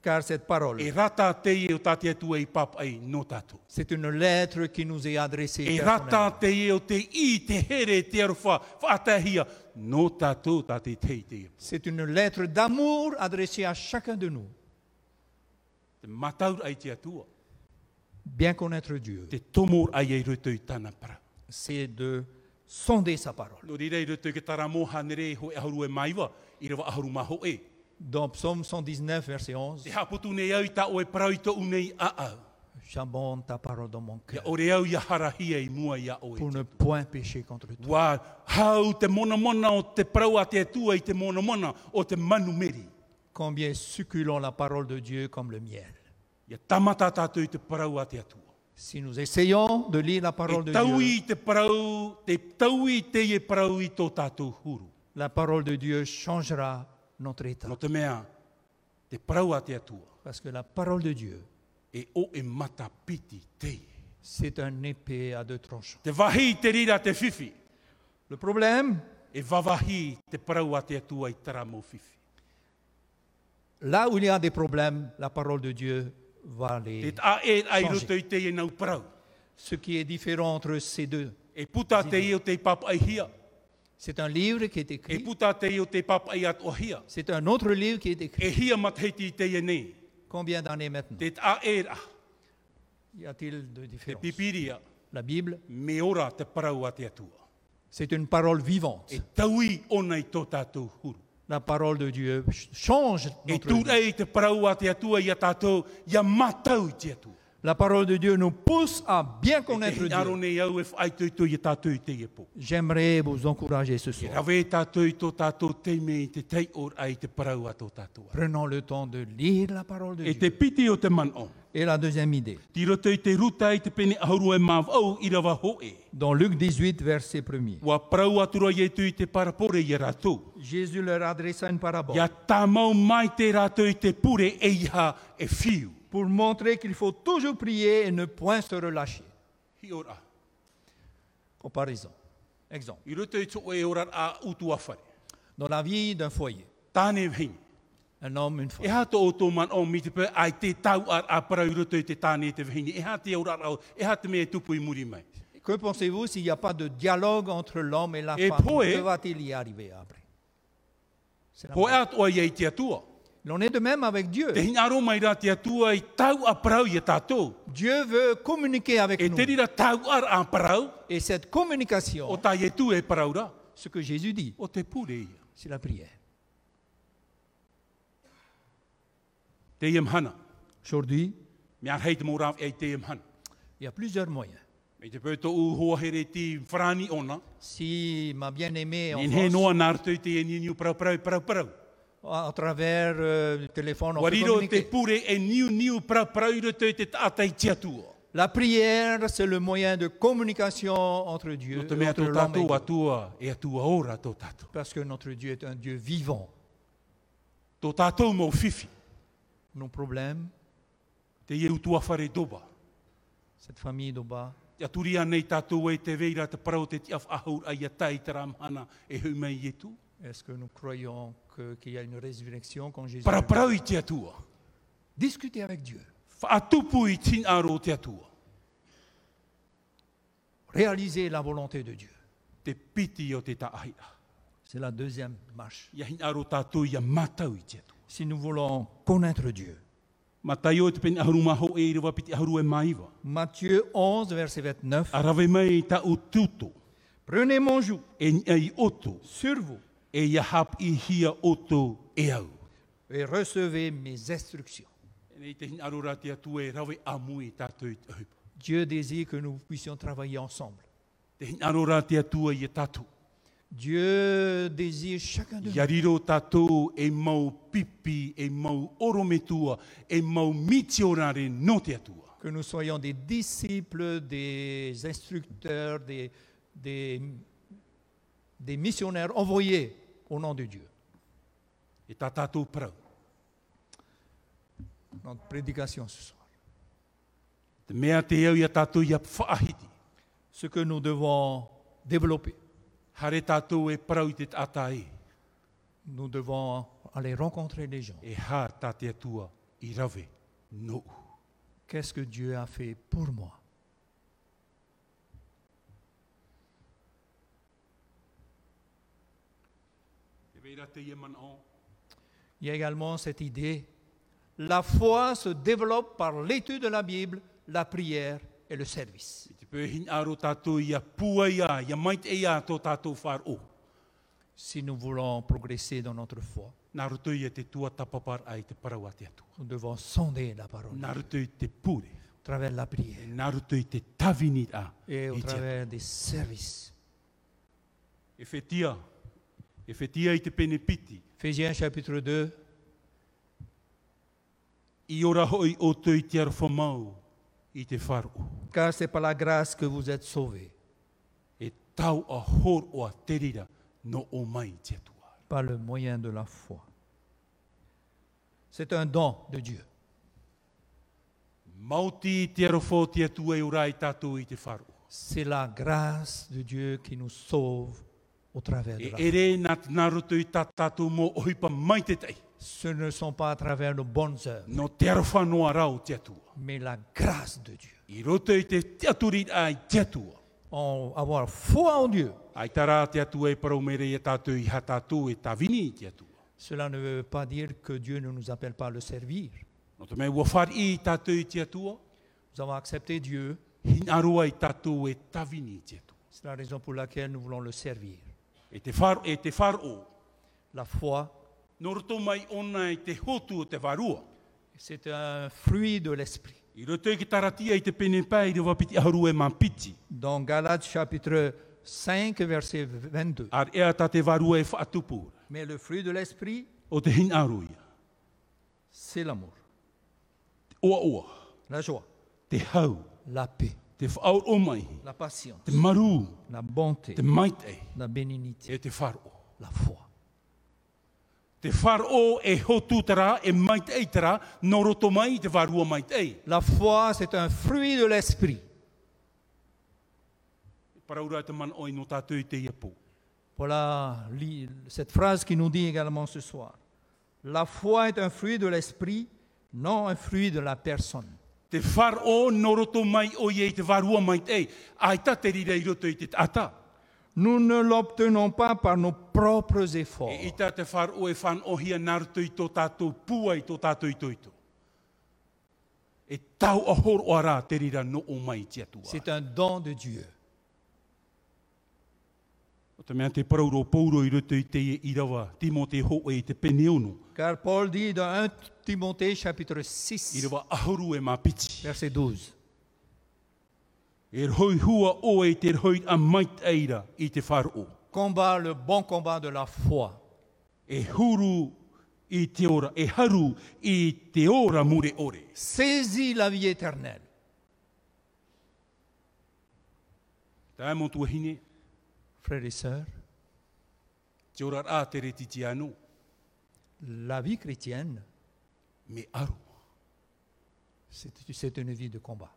Car cette parole, E rata te e o tā te atua i pap ai no tātou. c'est une lettre qui nous est adressée. E rata personnellement. te e o te i te here te arofa whaatahia no tātou tā te tei te ia. C'est une lettre d'amour adressée à chacun de nous. Te mataur ai te atua. Bien connaître Dieu, Te tomor ai e roto i tāna para. c'est de sonder sa parole. No rira i roto i ke tara mō hanere ho e ahuru e maiwa i rewa ahuru maho e. Dans Psaume 119, verset 11, Te hapotu nei au i tā o e parau i tō unei a au. J'abonde ta parole dans mon Ia cœur ore au ia harahia i mua ia pour oe. ne point pécher contre toi. Wā hau te monamona o te parau a te atua i te monamona o te manumeri. Combien est succulent la parole de Dieu comme le miel. Ia tamata tātou i te parau a te atua. Si nous essayons de lire la parole E de tau Dieu, i te parau, te tau i te e parau i tō tātou huru. la parole de Dieu changera notre état. No te mea, te parau a te atua. Parce que la parole de Dieu, E o e matapiti te. c'est un épée à deux tranchants. Te wahi te rira te whiwhi. Le problème, E wawahi te parau a te atua i tara mō whiwhi. là où il y a des problèmes, la parole de Dieu va Te les... a e ai Changer. roto i te e nau parau. Ce qui est différent entre ces deux, E puta te i o te papa ai hia. c'est un livre qui est E écrit, puta te i o te papa ai at o hia. c'est un autre livre qui est écrit. E hia matheiti i te e nei. Combien d'années maintenant Te a e ra. Y a-t-il de Te différence pipiria. La Bible, Me ora te parau a te atua. c'est une parole vivante. E taui ona i tō tātou huru. La parole de Dieu ch- change E notre vie. tūrei te parau a te atua i a tātou, ia mātau i te atua. La parole de Dieu nous pousse à bien E connaître te Dieu. haro nei au e whai tūtou i a tātou i te epo. J'aimerais vous encourager ce E soir. rawe tātou i tō tātou teime i te tei or ai te parau a tō tātou. Prenons le temps de lire la parole de E Dieu. te piti o te man o. Et la deuxième idée, Ti roto i te ruta i te pene ahuru e māv au i rawa hoe. dans Luc 18, verset 1er, Wa parau atura i e tū i te parapore i a rātou. Jésus leur adressa une parabole Ia tā mau mai te rātou i te pure e iha e whiu. pour montrer qu'il faut toujours prier et ne point se relâcher. Hi ora. Comparaison. Exemple. I roto i tō e ora a utu awhare. Dans la vie d'un foyer, Tāne hingi. un homme, une E femme, ha tō o tō man o mi te pē, ai te tau ar a parau roto i te tāne i te vihini, e ha te ora rau, e ha te mea tupu i muri mai. que pensez-vous s'il n'y a pas de dialogue entre l'homme et la Et femme poe- Que va-t-il y arriver après C'est la Ho e atoa i ei te atua. Il en est de même avec Dieu. Te hina aro mai rā te atua i tau a parau i a tātou. Dieu veut communiquer avec E te nous. rira tau ar a parau, Et cette o communication, tā i tu e parau rā, ce que Jésus dit, o te pūre ia. c'est la prière. Te i mhana. Aujourd'hui, Me ar hei te mō rāw e te i mhana. il y a plusieurs moyens. Me te pē tō u hoa here ti whrani ona, Si ma bien-aimée en nien he France, noa nā rātou i te e niu parau parau parau parau. à à travers euh, le téléphone, on peut Wariro te communiquer. pūre e niu niu parau parau i roto i te tātai te atua. La prière, c'est le moyen de communication entre Dieu, No te mea entre tō l'homme et tātou Dieu. atua e atua ora tō tātou. Parce que notre Dieu est un Dieu vivant. Tō tātou mō whiwhi, Nos problèmes, te ieu tua whare doba. cette famille d'en bas, Ia turi anei tātou e te veira te parau te tiaf ahaur ai a tai te ramhana e hui mai i tu. est-ce que nous croyons que- qu'il y a une résurrection quand Jésus Para parau i te atua, Discuter avec Dieu, whaatupu i tin aro te atua. réaliser la volonté de Dieu. Te piti o te taahira. C'est la deuxième marche. Ia hin aro tātou ia matau i te atua. Si nous voulons connaître Dieu. Matai o te pene aharu maho e i rewa piti aharu e maiva. Matthieu 11, verset 29. Arawe mai ta ututo, Prenez mon joug e ai oto, sur vous e ia hap i hia oto e au. et recevez mes instructions. E Nei te hin arora te atua e rawe amu i tātou i te haupa. Dieu désire que nous puissions travailler ensemble. Te hin arora te atua i e tātou. Dieu désire chacun de nous. Ia riro tātou e mau pipi, e mau orometua, e mau mitionare no te atua. Que nous soyons des disciples, des instructeurs, des, des, des missionnaires envoyés au nom de Dieu. E tā tātou parau. Notre prédication ce soir. Te mea te au i a tātou i a whaahiti. Ce que nous devons développer, Hare tātou e parau i te tata e. nous devons aller rencontrer les gens. E hā tā te atua i rawe no. Qu'est-ce que Dieu a fait pour moi Te veira te ia mana o. Il y a également cette idée, la foi se développe par l'étude de la Bible, la prière et le service. I te pē hin aro tātou i a pua i a, i a mait e a tō tātou whār o. Si nous voulons progresser dans notre foi, Nā e rutu i a te tua tapapar ai te parau a te atua. nous devons sonder la parole. Nā rutu i te pūre. au travers de la prière Naruto i te tawini a. et au i te travers des services. E whetia, e whetia i te penepiti, Ephésiens chapitre 2, i ora hoi o tō i te arwhamau i te wharu. car c'est par la grâce que vous êtes sauvés, E tau a hor o a te rira no o mai te atua. par le moyen de la foi. C'est un don de Dieu. Mauti i te arwho te atua i ora i tātou i te wharu. C'est la grâce de Dieu qui nous sauve au travers de E la foi. ere nā naruto i tā tātou mō ohipa mai te tei, Ce ne sont pas à travers nos bonnes œuvres, no te arwhanoa rau te atua. mais la grâce de Dieu. I roto i te te aturi ai te atua. En avoir foi en Dieu, Ai tarā te atua e paraumere i a tātou i ha tātou e tawini i te atua. cela ne veut pas dire que Dieu ne nous appelle pas à le servir. No te mea ua whari i tātou i te atua, Nous avons accepté Dieu, hinaroa i tātou e tawini i te atua. c'est la raison pour laquelle nous voulons le servir. E te wharo, e te wharo, La foi, no roto mai ona i te hotu o te varua. c'est un fruit de l'esprit. I roto i ki taratia i te penepai i rewa piti aharu e mampiti. Dans Galates chapitre 5, verset 22. Ar ea tā te varua e whaatupura. Mais le fruit de l'esprit, o te hinaruia, c'est l'amour, te oa oa, la joie, te hau, la paix, te whaor o mai, la patience, te maru, la bonté, te maitei, la bénignité, e te wharo. la foi. Te wharo e hotu tara, e maitei tara, no roto mai i te varua maitei. La foi, c'est un fruit de l'esprit. Paraura te man oi no tātou i te iapo. Voilà li- cette phrase qui nous dit également ce soir. La foi est un fruit de l'esprit, non un fruit de la personne. Te wharo no roto mai o i e te varua maitei. Ai tā te rira i roto i te ata. Nous ne l'obtenons pas par nos propres efforts, E i tā te wharo e whan ohia naruto i tō tātou pua i tō tātou i tō ito. E tau ahor o ara te rira no o mai te atua. c'est un don de Dieu. O te mea te parauro pauro i rutu i te i rawa, timo te ho e te peneono, Car Paul dit dans 1 Timothée chapitre i 6, rawa ahuru e mā piti. verset 12, E rhoi hua o e te rhoi a mait eira i te wharo. Combat le bon combat de la foi. E huru i te ora, e haru i te ora mure ore. Saisis la vie éternelle. Tā e motua hine, Frères et sœurs, te ora rā te reti te anu, la vie chrétienne, me aru. c'est c'est une vie de combat.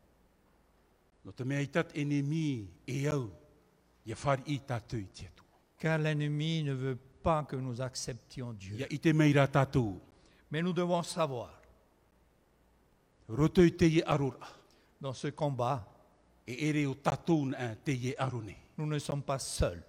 No te mea i tat enemi e au, ia whari i tātou i te atu. Car l'ennemi ne veut pas que nous acceptions Dieu. Ia i te meira tātou, Mais nous devons savoir, roto i te ie arora, dans ce combat, e ere o tātou na te ie arone. nous ne sommes pas seuls.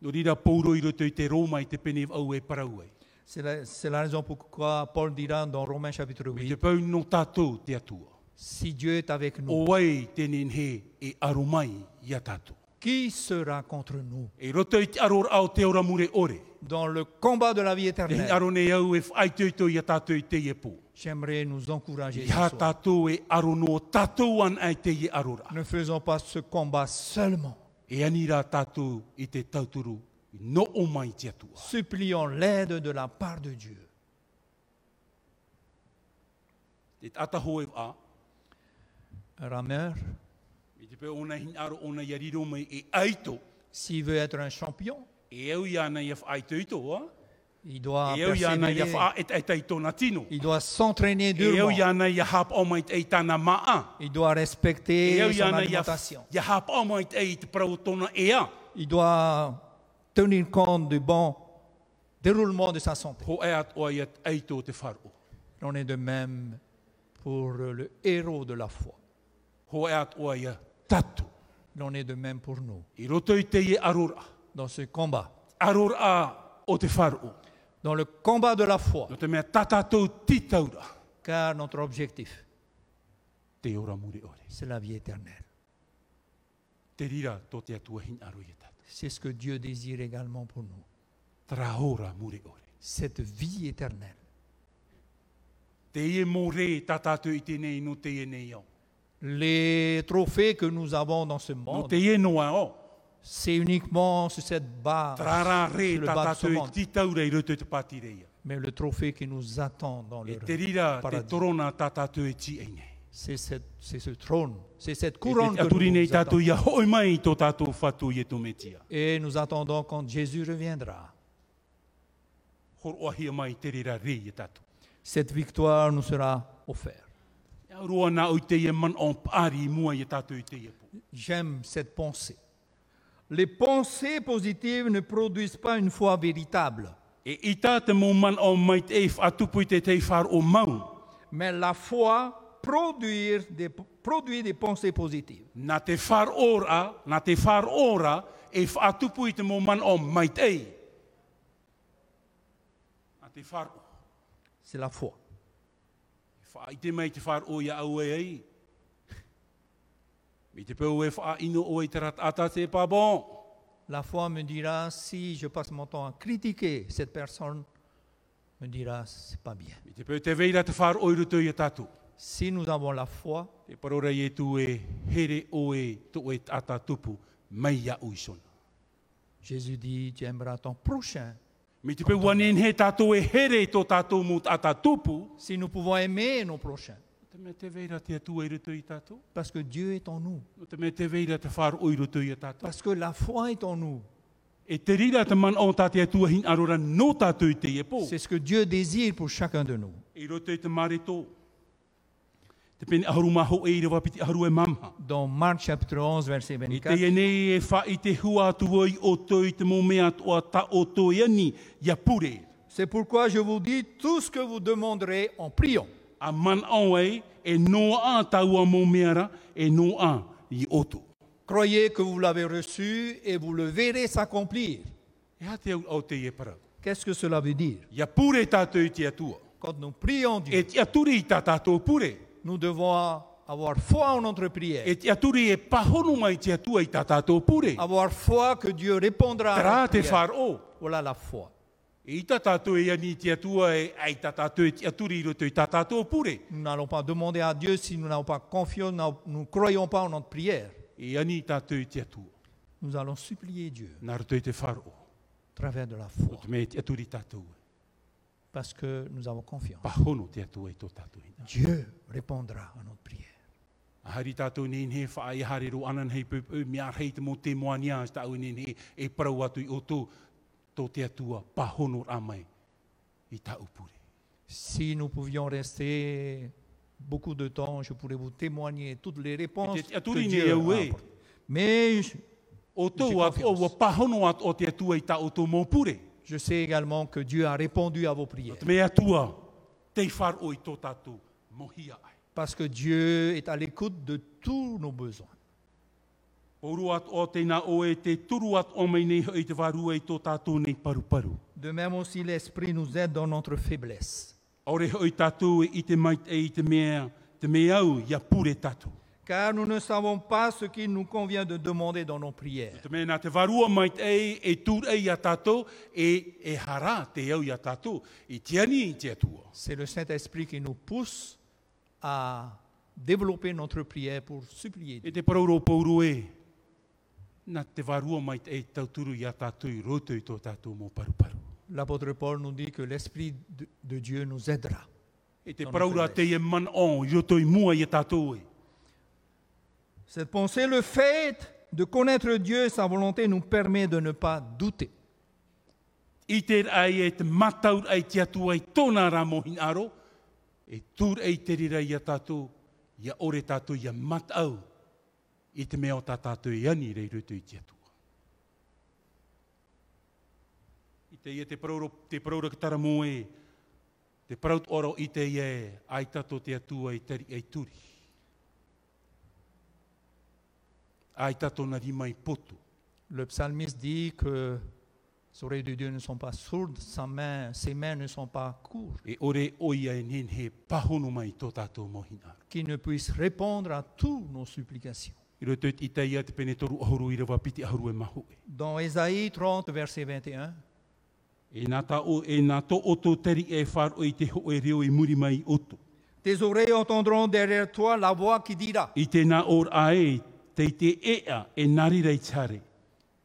No rira pauro i roto i te Roma i te pene au e parau ai. C'est la, c'est la raison pourquoi Paul dira dans Romains chapitre I te 8, pau no tātou te atua. si Dieu est avec nous, O wai tēnēn Mm. he e aromai i a tātou. qui sera contre nous E roto i te aror au te ora mure ore. dans le combat de la vie Te hei éternelle arone au e whai teuto i a tātou i te ie pō. J'aimerais nous encourager. I ce ha soir. tātou e arono tātou an ai te ie arora. Ne faisons pas ce combat seulement. E anira tātou i te tauturu no o mai te atua. Supplions l'aide de la part de Dieu. Te ataho e a, Un rameur, i te pau ona hin aro ona i ariro mai e aito. s'il veut être un champion, E au i ana i a whai teuto, ha? il doit, E au i ana i a persévérer, wha e tai tai tōna tino. il doit s'entraîner E eu durement. iana ia hapa o mai te eitana maa. Il doit E eu respecter son iana ia, alimentation. ia hapa o mai te ei te prautona ea. Il doit tenir compte du bon déroulement de sa santé. Ho ea o ia eito te wharo. Il en est de même pour le héros de la foi. Ho ea o ia tatu. Il en est de même pour nous I roto i te ie arora. dans ce combat. Arora o te wharo. Dans le combat de la foi, No te mea tatatou titaura. car notre objectif, Te ora muri ore. c'est la vie éternelle. Te rira tō te atua hin aro ia tatu. C'est ce que Dieu désire également pour nous. Tra ora muri ore. Cette vie éternelle e Te ie mō re tatatou i te nei no te ie nei au. Les trophées que nous avons dans ce No monde, te e enoa o. c'est uniquement sur cette base, Trara re sur le bas de ce tatatou e monde. ti taura i roto te patireia. Mais le trophée qui nous attend dans le E te rira te paradis, torona tatatou e ti einei. c'est cette- c'est ce trône, c'est cette E couronne te que aturi nous nei attend. tātou ia hoi mai i tō tātou whatu i e tō metia. Et nous attendons quand Jésus reviendra. Horo ahia mai te rira re i e tātou. Cette victoire nous sera offerte. Ia roa nā au te e man on pāri i mua i e tātou i te e pō. J'aime cette pensée. Les pensées positives ne produisent pas une foi véritable, E i tā te mō man o mai te e whatupu i te te whār o mau. mais la foi produire des- produit des pensées positives. Nā te whār ora, nā te whār ora, e whātupu i te mō man o mai te ei. Nā te whār ora. C'est la foi. Wha i te mai te whār o ia au e ei. Me te pēu e wha ino o i te rat ata te pābon. La foi me dira, si je passe mon temps à critiquer cette personne, me dira, c'est pas bien. Me te pēu te veira te whār o i rutu i a tātou. Si nous avons la foi, Te parora i e tū e here o e tō e tata tupu mai ia uisona. Jésus dit, tu aimeras ton prochain. Me te pēu wanen he tātou e here tō tātou mō tata tupu. Si nous pouvons aimer nos prochains, Te me te veira te atu i rutu i tātou. parce que Dieu est en nous, No te me te veira te whār o i rutu i a tātou. parce que la foi est en nous. E te rira te man o tāte atua hin arora no tātou i te e pō. C'est ce que Dieu désire pour chacun de nous. E roto i te mare tō. Te pene aharu maho e i rewa piti aharu e mamha. Dans Marc chapitre 11, verset I te 24, e nei e wha i te hua atu oi o tō i te mōmea tua ta o tō i ani ia pure. c'est pourquoi je vous dis tout ce que vous demanderez en priant. A man au ei e noa a taua mōmeara e noa a i oto. Croyez que vous l'avez reçu et vous le verrez s'accomplir. E ha te au au te e para. Qu'est-ce que cela veut dire Ia pure tātou i te atua. Quand nous prions Dieu, E te aturi i tā tātou pure. nous devons avoir foi en notre prière, E te aturi e pahono mai te atua i tā tātou pure. avoir foi que Dieu répondra à Tara notre te prière. whāro. Voilà la foi. I tā tātou e ani te atua e ai tā tātou e te aturi i roto i tā tātou pure. Nous n'allons pas demander à Dieu si nous n'avons pas confiance, nous nous ne croyons pas en notre prière. E ani tātou i te atua. Nous allons supplier Dieu Nā roto i te whāro. au travers de la foi, O te me te aturi tātou. parce que nous avons confiance. Pahono te atua i tō tātou hina. Dieu répondra à notre prière. Ahari tātou nien he wha ai hare ro anan hei pēp au mea hei te mō te moania as tāu nien he e parau atu i o tō tō te atua pahono ramai i tā upure. Si nous pouvions rester beaucoup de temps, je pourrais vous témoigner toutes les réponses Et t'es- que à tous les Dieu niveaux, a oui. apportées. Mais je, O tō J'ai at o confiance. wa pahono at o te atua i tā o tō mō pure. je sais également que Dieu a répondu à vos prières, Te mea tua, te whāro i tō tātou mohia ai. parce que Dieu est à l'écoute de tous nos besoins. Oru at o te nā o e te turu at o mai nei i te wārua i tō tātou nei paru paru. De même aussi, l'Esprit nous aide dans notre faiblesse, Ore hoi tātou e i te mai e i te mea, te mea au ia pure tātou. car nous ne savons pas ce qu'il nous convient de demander dans nos prières. Te mea nā te wārua mai te e, e tūr e ia tātou, e, e hara te au ia tātou, i te ani i te atua. C'est le Saint-Esprit qui nous pousse à développer notre prière pour supplier E Dieu. te parauro pauru e, nā te wārua mai te e tauturu ia tātou i roto i tō tātou mō paru paru. L'apôtre Paul nous dit que l'Esprit de- de Dieu nous aidera. E te Tōna paraura whenua. te e man on, i roto i mua i a tātou e. Cette pensée, le fait de connaître Dieu et sa volonté nous permet de ne pas douter. I te ai e te mataur ai te atua i tōna rā mohin aro, e tūr ei te rira i a tātou, i a ore tātou i a matau, i te mea o tā tātou i ani rei rutu i te atua. I te ia te prauro, te prauro ki tara mō e, te praut oro i te ia e, ai tātou te atua i tari ei tūri. Ai tātou na rima i potu. Le psalmiste dit que les oreilles de Dieu ne sont pas sourdes, sa main, ses mains ne sont pas courtes, E ore oia e nin he pahono mai tō tātou mohin aro. qu'il ne puisse répondre à toutes nos supplications. I roto i te ia te pene toru ahuru i rawa piti ahuru e mahu e. Dans Ésaïe 30, verset 21, E nā tā o, e nā tō oto teri e whāro i te ho e reo i muri mai i oto. Tes oreilles entendront derrière toi la voix qui dira, I te nā or ae, te i te ea e nārira i tare.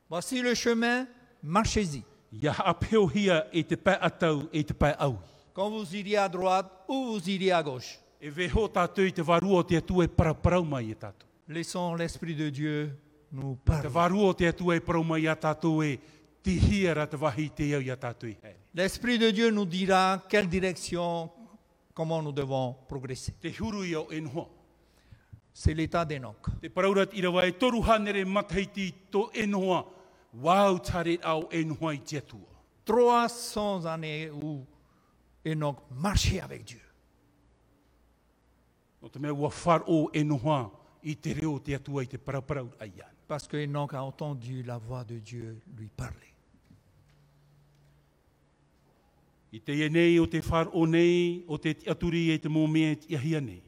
voici le chemin, marchez-y. Ia apeo hia e te pai atau e te pai au. Quand vous irez à droite ou vous irez à gauche, E veho tātou i te varua o te atu e paraparau mai e tātou. laissons l'Esprit de Dieu nous Te parler. varua o te atu e parau mai a tātou e tihia ra te wahi te iau i a tātou i hei. L'Esprit de Dieu nous dira quelle direction, comment nous devons progresser. Te huru iau e noa. C'est l'état d'Enoch. Te paraurat i rawa e toru hanere mataiti tō e noa. Wau tare au e noa i te atua. 300 années où Enoch marchait avec Dieu. No te mea ua whar o e noa i te reo te atua i te paraparau ai ana. Parce que Enoch a entendu la voix de Dieu lui parler. I te ia nei o te whar o nei, o te aturi e te mōmea i ahia nei.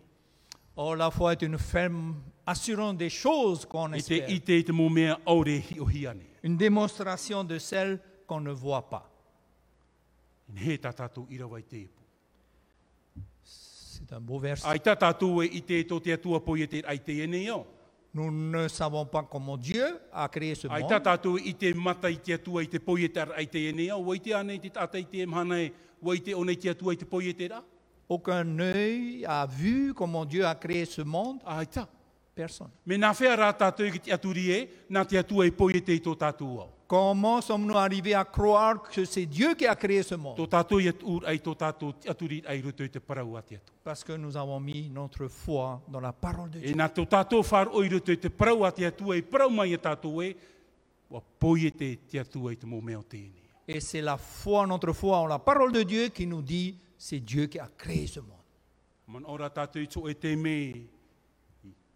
Or, la foi est une ferme assurance des choses qu'on I te espère. ite i te mōmea aure hi o hia nei. Une démonstration de celles qu'on ne voit pas. He tā tātou i rawa i te epo. C'est un beau verset. Ai tā tātou e i te tō te atua po i te ai te e nei au. Nous ne savons pas comment Dieu a créé ce Ai tā monde. tātou i te mata i te atua i te poi e te ai te e nei au. Wai te ane i te tata i te mhana e. Wai te one i te atua i te poi e te rā. Aucun œil a vu comment Dieu a créé ce monde. Ai tā. Personne. Me nā whea rā tātou i te aturi e, nā te atua i poi e te i tō tātou au. Comment sommes-nous arrivés à croire que c'est Dieu qui a créé ce monde Tō tātou i atur ai tō tātou aturi ai ruto i te parau a te atua. Parce que nous avons mis notre foi dans la parole de Dieu. E nā tō tātou whāra oiro tō te parau a te atua, i parau mai a tātou e, wa poi e te te atua i te mō mea o tēnei. Et c'est la foi, notre foi en la parole de Dieu qui nous dit, c'est Dieu qui a créé ce monde. Man ora tātou i tō e te me,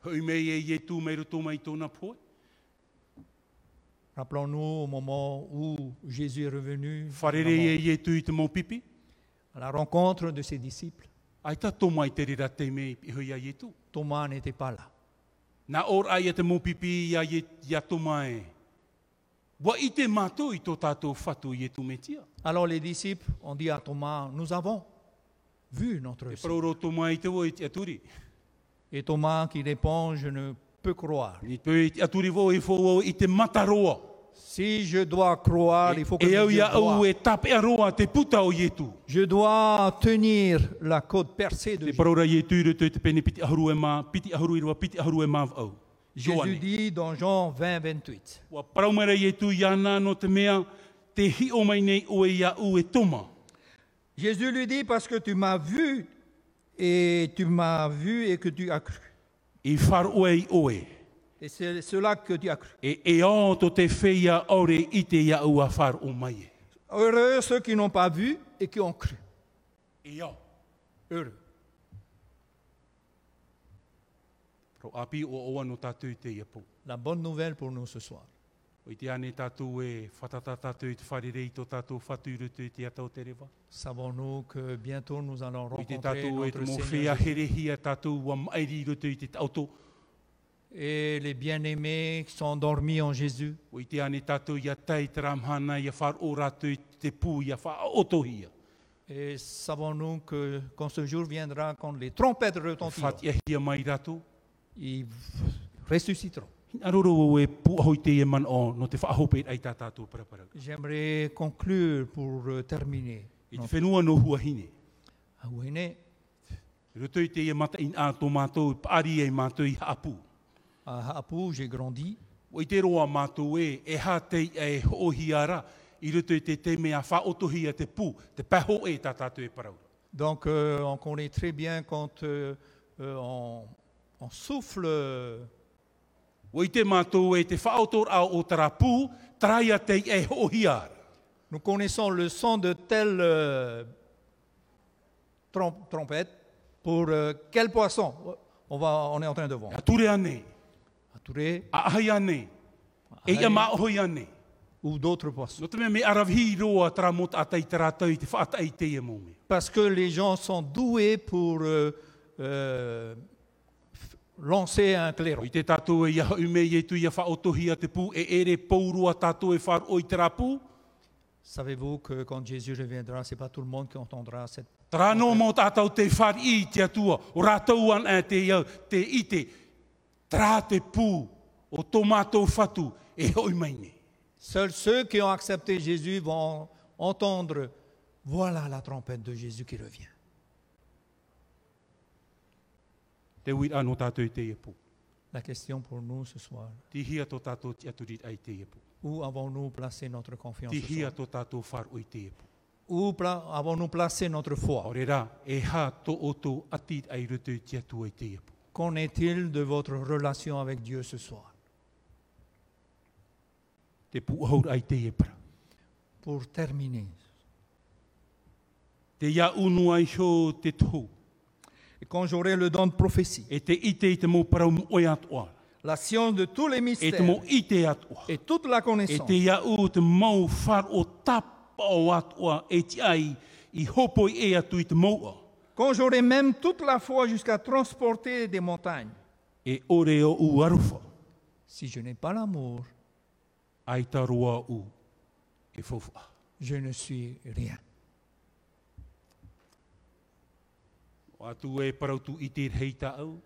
hui me e i e tū mei roto mai tōna poe. Rappelons-nous au moment où Jésus est revenu Wharere e i e tū i te mō pipi, à la rencontre de ses disciples. ai tā tō mai te rira te me i hui a i e tū. Thomas n'était pas là. Nā ora ai e te mō pipi i a i i a tō mai. Wa i te mātou i tō tātou whatu i e tū me tia. Alors les disciples ont dit à Thomas, nous avons vu notre E paroro Seigneur. tō mai i te woi te aturi. Et Thomas qui répond, je ne peux croire. Ni pēi te aturi wau i fō wau i te mataroa. Si je dois croire, il faut que e je au ia au croie. e tape aroa te puta o Yetu. Je dois tenir la côte percée de Te Jésus. paraura Yetu i rutu te pene piti ahuru e mā, piti ahuru i rua, piti ahuru e mā au. Jésus Joane. dit dans Jean 20, 28, Wa paraumera Yetu i ana no te mea, te hi o mai nei o e ia u e toma. Jésus lui dit parce que tu m'as vu et tu m'as vu et que tu as cru. I whar oe i oe. Et c'est cela que tu as cru. E e ao to te wheia ore i te ia u a whar o mai e. Heureux ceux qui n'ont pas vu et qui ont cru. E ao. Heureux. Pro api o oa no tātou te ia pō. La bonne nouvelle pour nous ce soir, O i te ane tātou e whatata tātou i te wharere i tō tātou whatu i rutu i te atau te rewa. savons-nous que bientôt nous allons I te rencontrer tātou e te notre mō Seigneur. whia herehia tātou wa mairi roto i te tauto. Et les bien-aimés qui sont endormis en Jésus, O i te ane tātou ia tai te ramhana ia whar o rātou i te pū ia wha otohia. et savons-nous que quand ce jour viendra, quand les trompettes retentiront, What ia hia mai rātou. ils ressusciteront. Aroro o e pū ahoi te e man o no te whaahope ai tā tātou paraparau. J'aimerais conclure pour euh, terminer. I te whenua no huahine. Ah, oui, né? Roto i te e mata in a tō mātou i paari e mātou i haapu. À Hapou, j'ai grandi. O i te roa mātou e, e hā te e hohiara. I roto i te te mea wha otohia te pū, te paho e tā tātou e parau. Donc, euh, on connaît très bien quand euh, euh, on, on souffle euh, O i te mātou e te whaotor au o tara pū, traia te e hohiara. Nous connaissons le son de telle euh, trom- trompette pour euh, quel poisson on, va, on est en train de voir. A ture ane, Aturé a ahai ane, e ia mā ohoi ane. ou d'autres poissons. No te mea me aravhi i roa tara mot atai tara tau i te whaatai te e mōme. Parce que les gens sont doués pour euh, euh, f- lancer un O clairon. i te tātou e ia ume i e tu ia whaotohi a te pū, e ere pōrua tātou e whar o i tara pū, Savez-vous que quand Jésus reviendra, ce n'est pas tout le monde qui entendra cette... Trano mō tātou te whari i te atua, o rātou an e te iau, te ite, trā te pū, o tō mātou whatu, e hoi mai nei. Seuls ceux qui ont accepté Jésus vont entendre, voilà la trompette de Jésus qui revient. Te ui anō tātou i te epo. La question pour nous ce soir, Ti hia tō tātou te aturit ai te epo. où avons-nous placé notre confiance Ti ce hia soir? tō tātou wharu i te epo. Où pla- avons-nous placé notre foi Orera, e hā tō oto atit ai rutu i te atua i te epo. Qu'en est-il de votre relation avec Dieu ce soir Te pu aur ai te epra. Pour terminer, Te ia unu ai hō te tō. quand j'aurai le don de prophétie, E te ite i te mō parau mō oi atua. la science de tous les E te mystères mō ite atua. et toute la E connaissance, te iau te mau whar o tapa o atua e te ai i hopo i e atu i te maua. quand j'aurai même toute la foi jusqu'à transporter des montagnes, E ore o u arufa, si je n'ai pas l'amour, ai ta roa u e fofua. je ne suis rien. O atu e parautu i te hei ta au,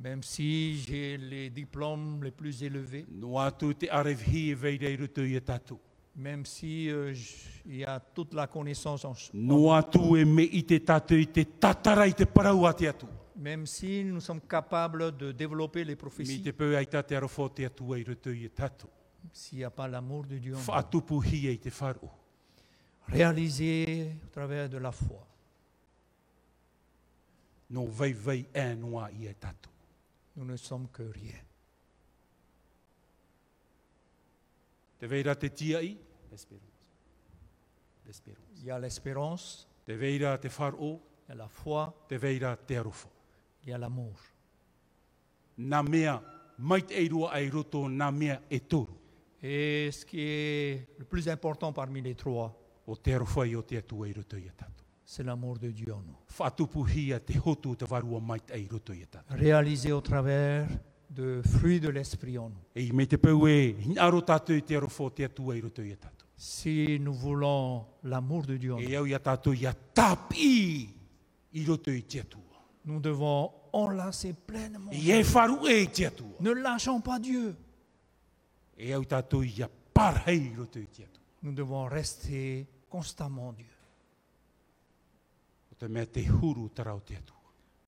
Même si j'ai les diplômes les plus élevés, no atu te arevhi e veidei rutu i e tatu. même si euh, j- il y a toute la connaissance, en ch- No atu e me i te tatu i te tatara i te parau a te atu. même si nous sommes capables de développer les Mi prophéties, te peu ai ta te arofo te atu e rutu i e tatu. s'il n'y a pas l'amour de Dieu, en nous, Whaatupu hi e te wharu. réalisé au travers de la foi, No vei vei e noa i e tatu. nous ne sommes que rien. Te veira te tia i? L'espérance. L'espérance. Il y a l'espérance, Te veira te wharo, il y a la foi, te veira te arofo. il y a l'amour. Nā mea, mait e rua ai roto, nā mea e toru. Et ce qui est le plus important parmi les trois, O te arofo i o te atu e roto i e tatu. c'est l'amour de Dieu en nous. Whaatupu hia te hotu te varua mait e roto i e tatu. Réalisé au travers de fruits de l'esprit en nous. E i me te pau e, hin aro tatu i te arofo te atu e roto i e tatu. Si nous voulons l'amour de Dieu en nous, E au i a tatu i a tapi i roto i te atua. nous devons enlacer pleinement. E e wharu e i te atua. Ne lâchons pas Dieu. E au tatu i a parhei i roto i te atua. Nous devons rester constamment Dieu. O te mea te huru tarau te atua.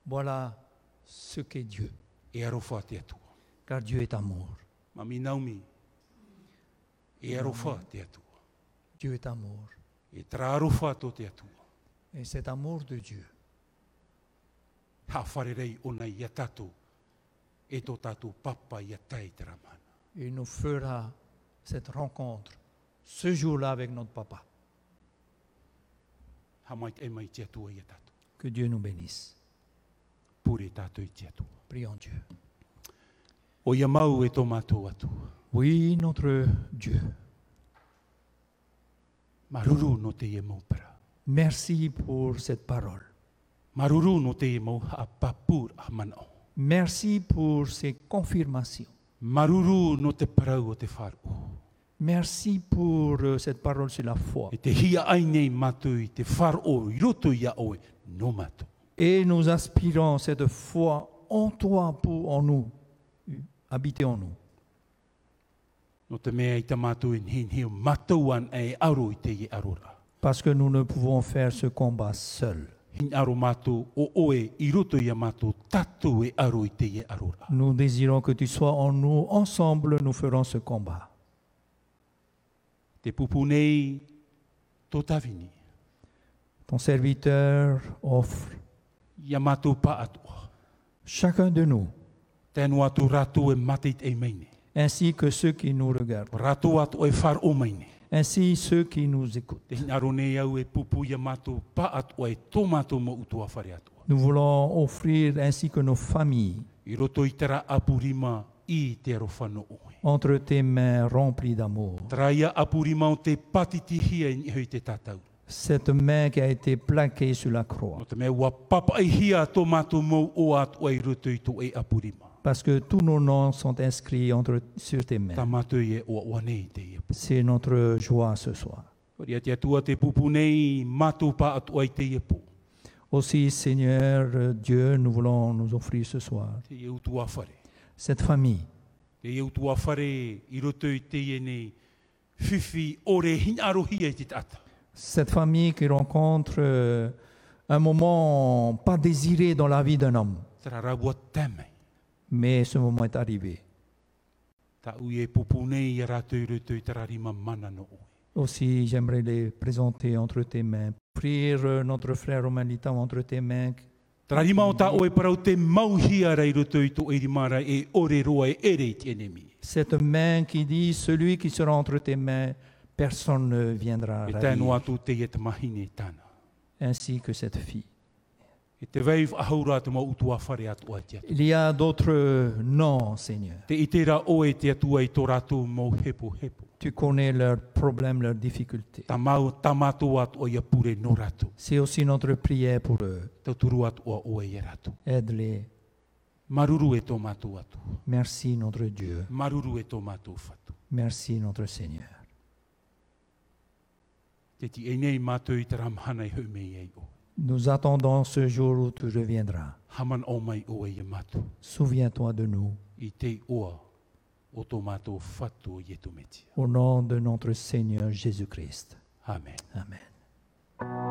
Voilà ce qu'est Dieu, e arofa te atua. car Dieu est amour. Ma mi naumi, e arofa te atua. Dieu est amour. E tra arofa tō te atua. Et cet amour de Dieu, Ha wharerei ona i a tātou, e tō tātou papa i a tai te ramana. il nous fera cette rencontre ce jour-là avec notre Papa. Ha mai te mai te atua i a tātou. Que Dieu nous bénisse. Pure tātou i te atua. Prions Dieu. O ia mau e tō mātou atua. Oui, notre Dieu, Maruru no te e mau para. merci pour cette parole. Maruru no te e mau ha papur a manao. Merci pour ces confirmations. Maruru no te parau o te wharu. Merci pour euh, cette parole sur la foi. E te hia ai nei mātou i te wharu i roto i a oe, no mātou. Et nous aspirons cette foi en toi, pour, en nous, habiter en nous. No te mea i tamātou in hin hiu matauan e aro i te i arora. Parce que nous ne pouvons faire ce combat seul. Hin aro mātou o oe i roto i a mātou tatou e aro i te i arora. Nous désirons que tu sois en nous. Ensemble, nous ferons ce combat. Te pupu nei tō tawini. Ton serviteur offre I a mātou pā atua. chacun de nous, Tēnu atu rātou e mateit e meine. ainsi que ceux qui nous regardent, Rātou atu e whar o meine. ainsi ceux qui nous écoutent. Te hin aro nei au e pupu i a mātou pā atua e tō mātou mo utua whare atua. Nous voulons offrir ainsi que nos familles I roto i tera apurima i te aro whano oe. entre tes mains remplies d'amour. Traia apurima o te patitihia i hei te tatau. Cette main qui a été plaquée sur la croix. No te mea ua papa ai hia tō mātou mou o atu ai rutu i tō e apurima. Parce que tous nos noms sont inscrits entre, sur Tā tes mains. mātou e o aua nei te ia. C'est notre joie ce soir. Kori atia tua te pupu nei, matupa atu ai te e iepo. Aussi, Seigneur euh, Dieu, nous voulons nous offrir ce soir Te ieu tu awhare. cette famille. Te ieu tu awhare i roto i te ie nei, whiwhi ore hin arohi e te tata. Cette famille qui rencontre euh, un moment pas désiré dans la vie d'un homme. Tara rawa tamei. Mais ce moment est arrivé. Ta ui e pupu nei i rato i roto i tararima mana no oe. Aussi, j'aimerais les présenter entre tes mains. Prier euh, notre frère Romain Litan entre tes mains. Tararima o ta oe parau te mauhia rei roto i to eirimara e ore roa e ere i te enemi. Cette main qui dit, celui qui sera entre tes mains, personne ne viendra. E ravir. tēnu atu te ie te mahine tāna. Ainsi que cette fille. E te vei ahaura te mau utua whare atu ai te atu. Il y a d'autres euh, noms, Seigneur. Te itera oe te atua i tō rātou mau hepo hepo. Tu connais leurs problèmes, leurs difficultés. Ta mau tamato atu o ia pure no rātou. C'est aussi notre prière pour eux. Tau turu atu a oe i rātou. Aide-les. Maruru e tō mātou atu. Merci, notre Dieu. Maruru e tō mātou whatu. Merci, notre Seigneur. Te ti e nei mātou i te ramhana i hau mei ei o. Nous attendons ce jour où tu reviendras. Haman o mai oe i mātou. Souviens-toi de nous. I te oa o tō mātou whatu o ietu metia. Au nom de notre Seigneur Jésus-Christ. Amen. Amen.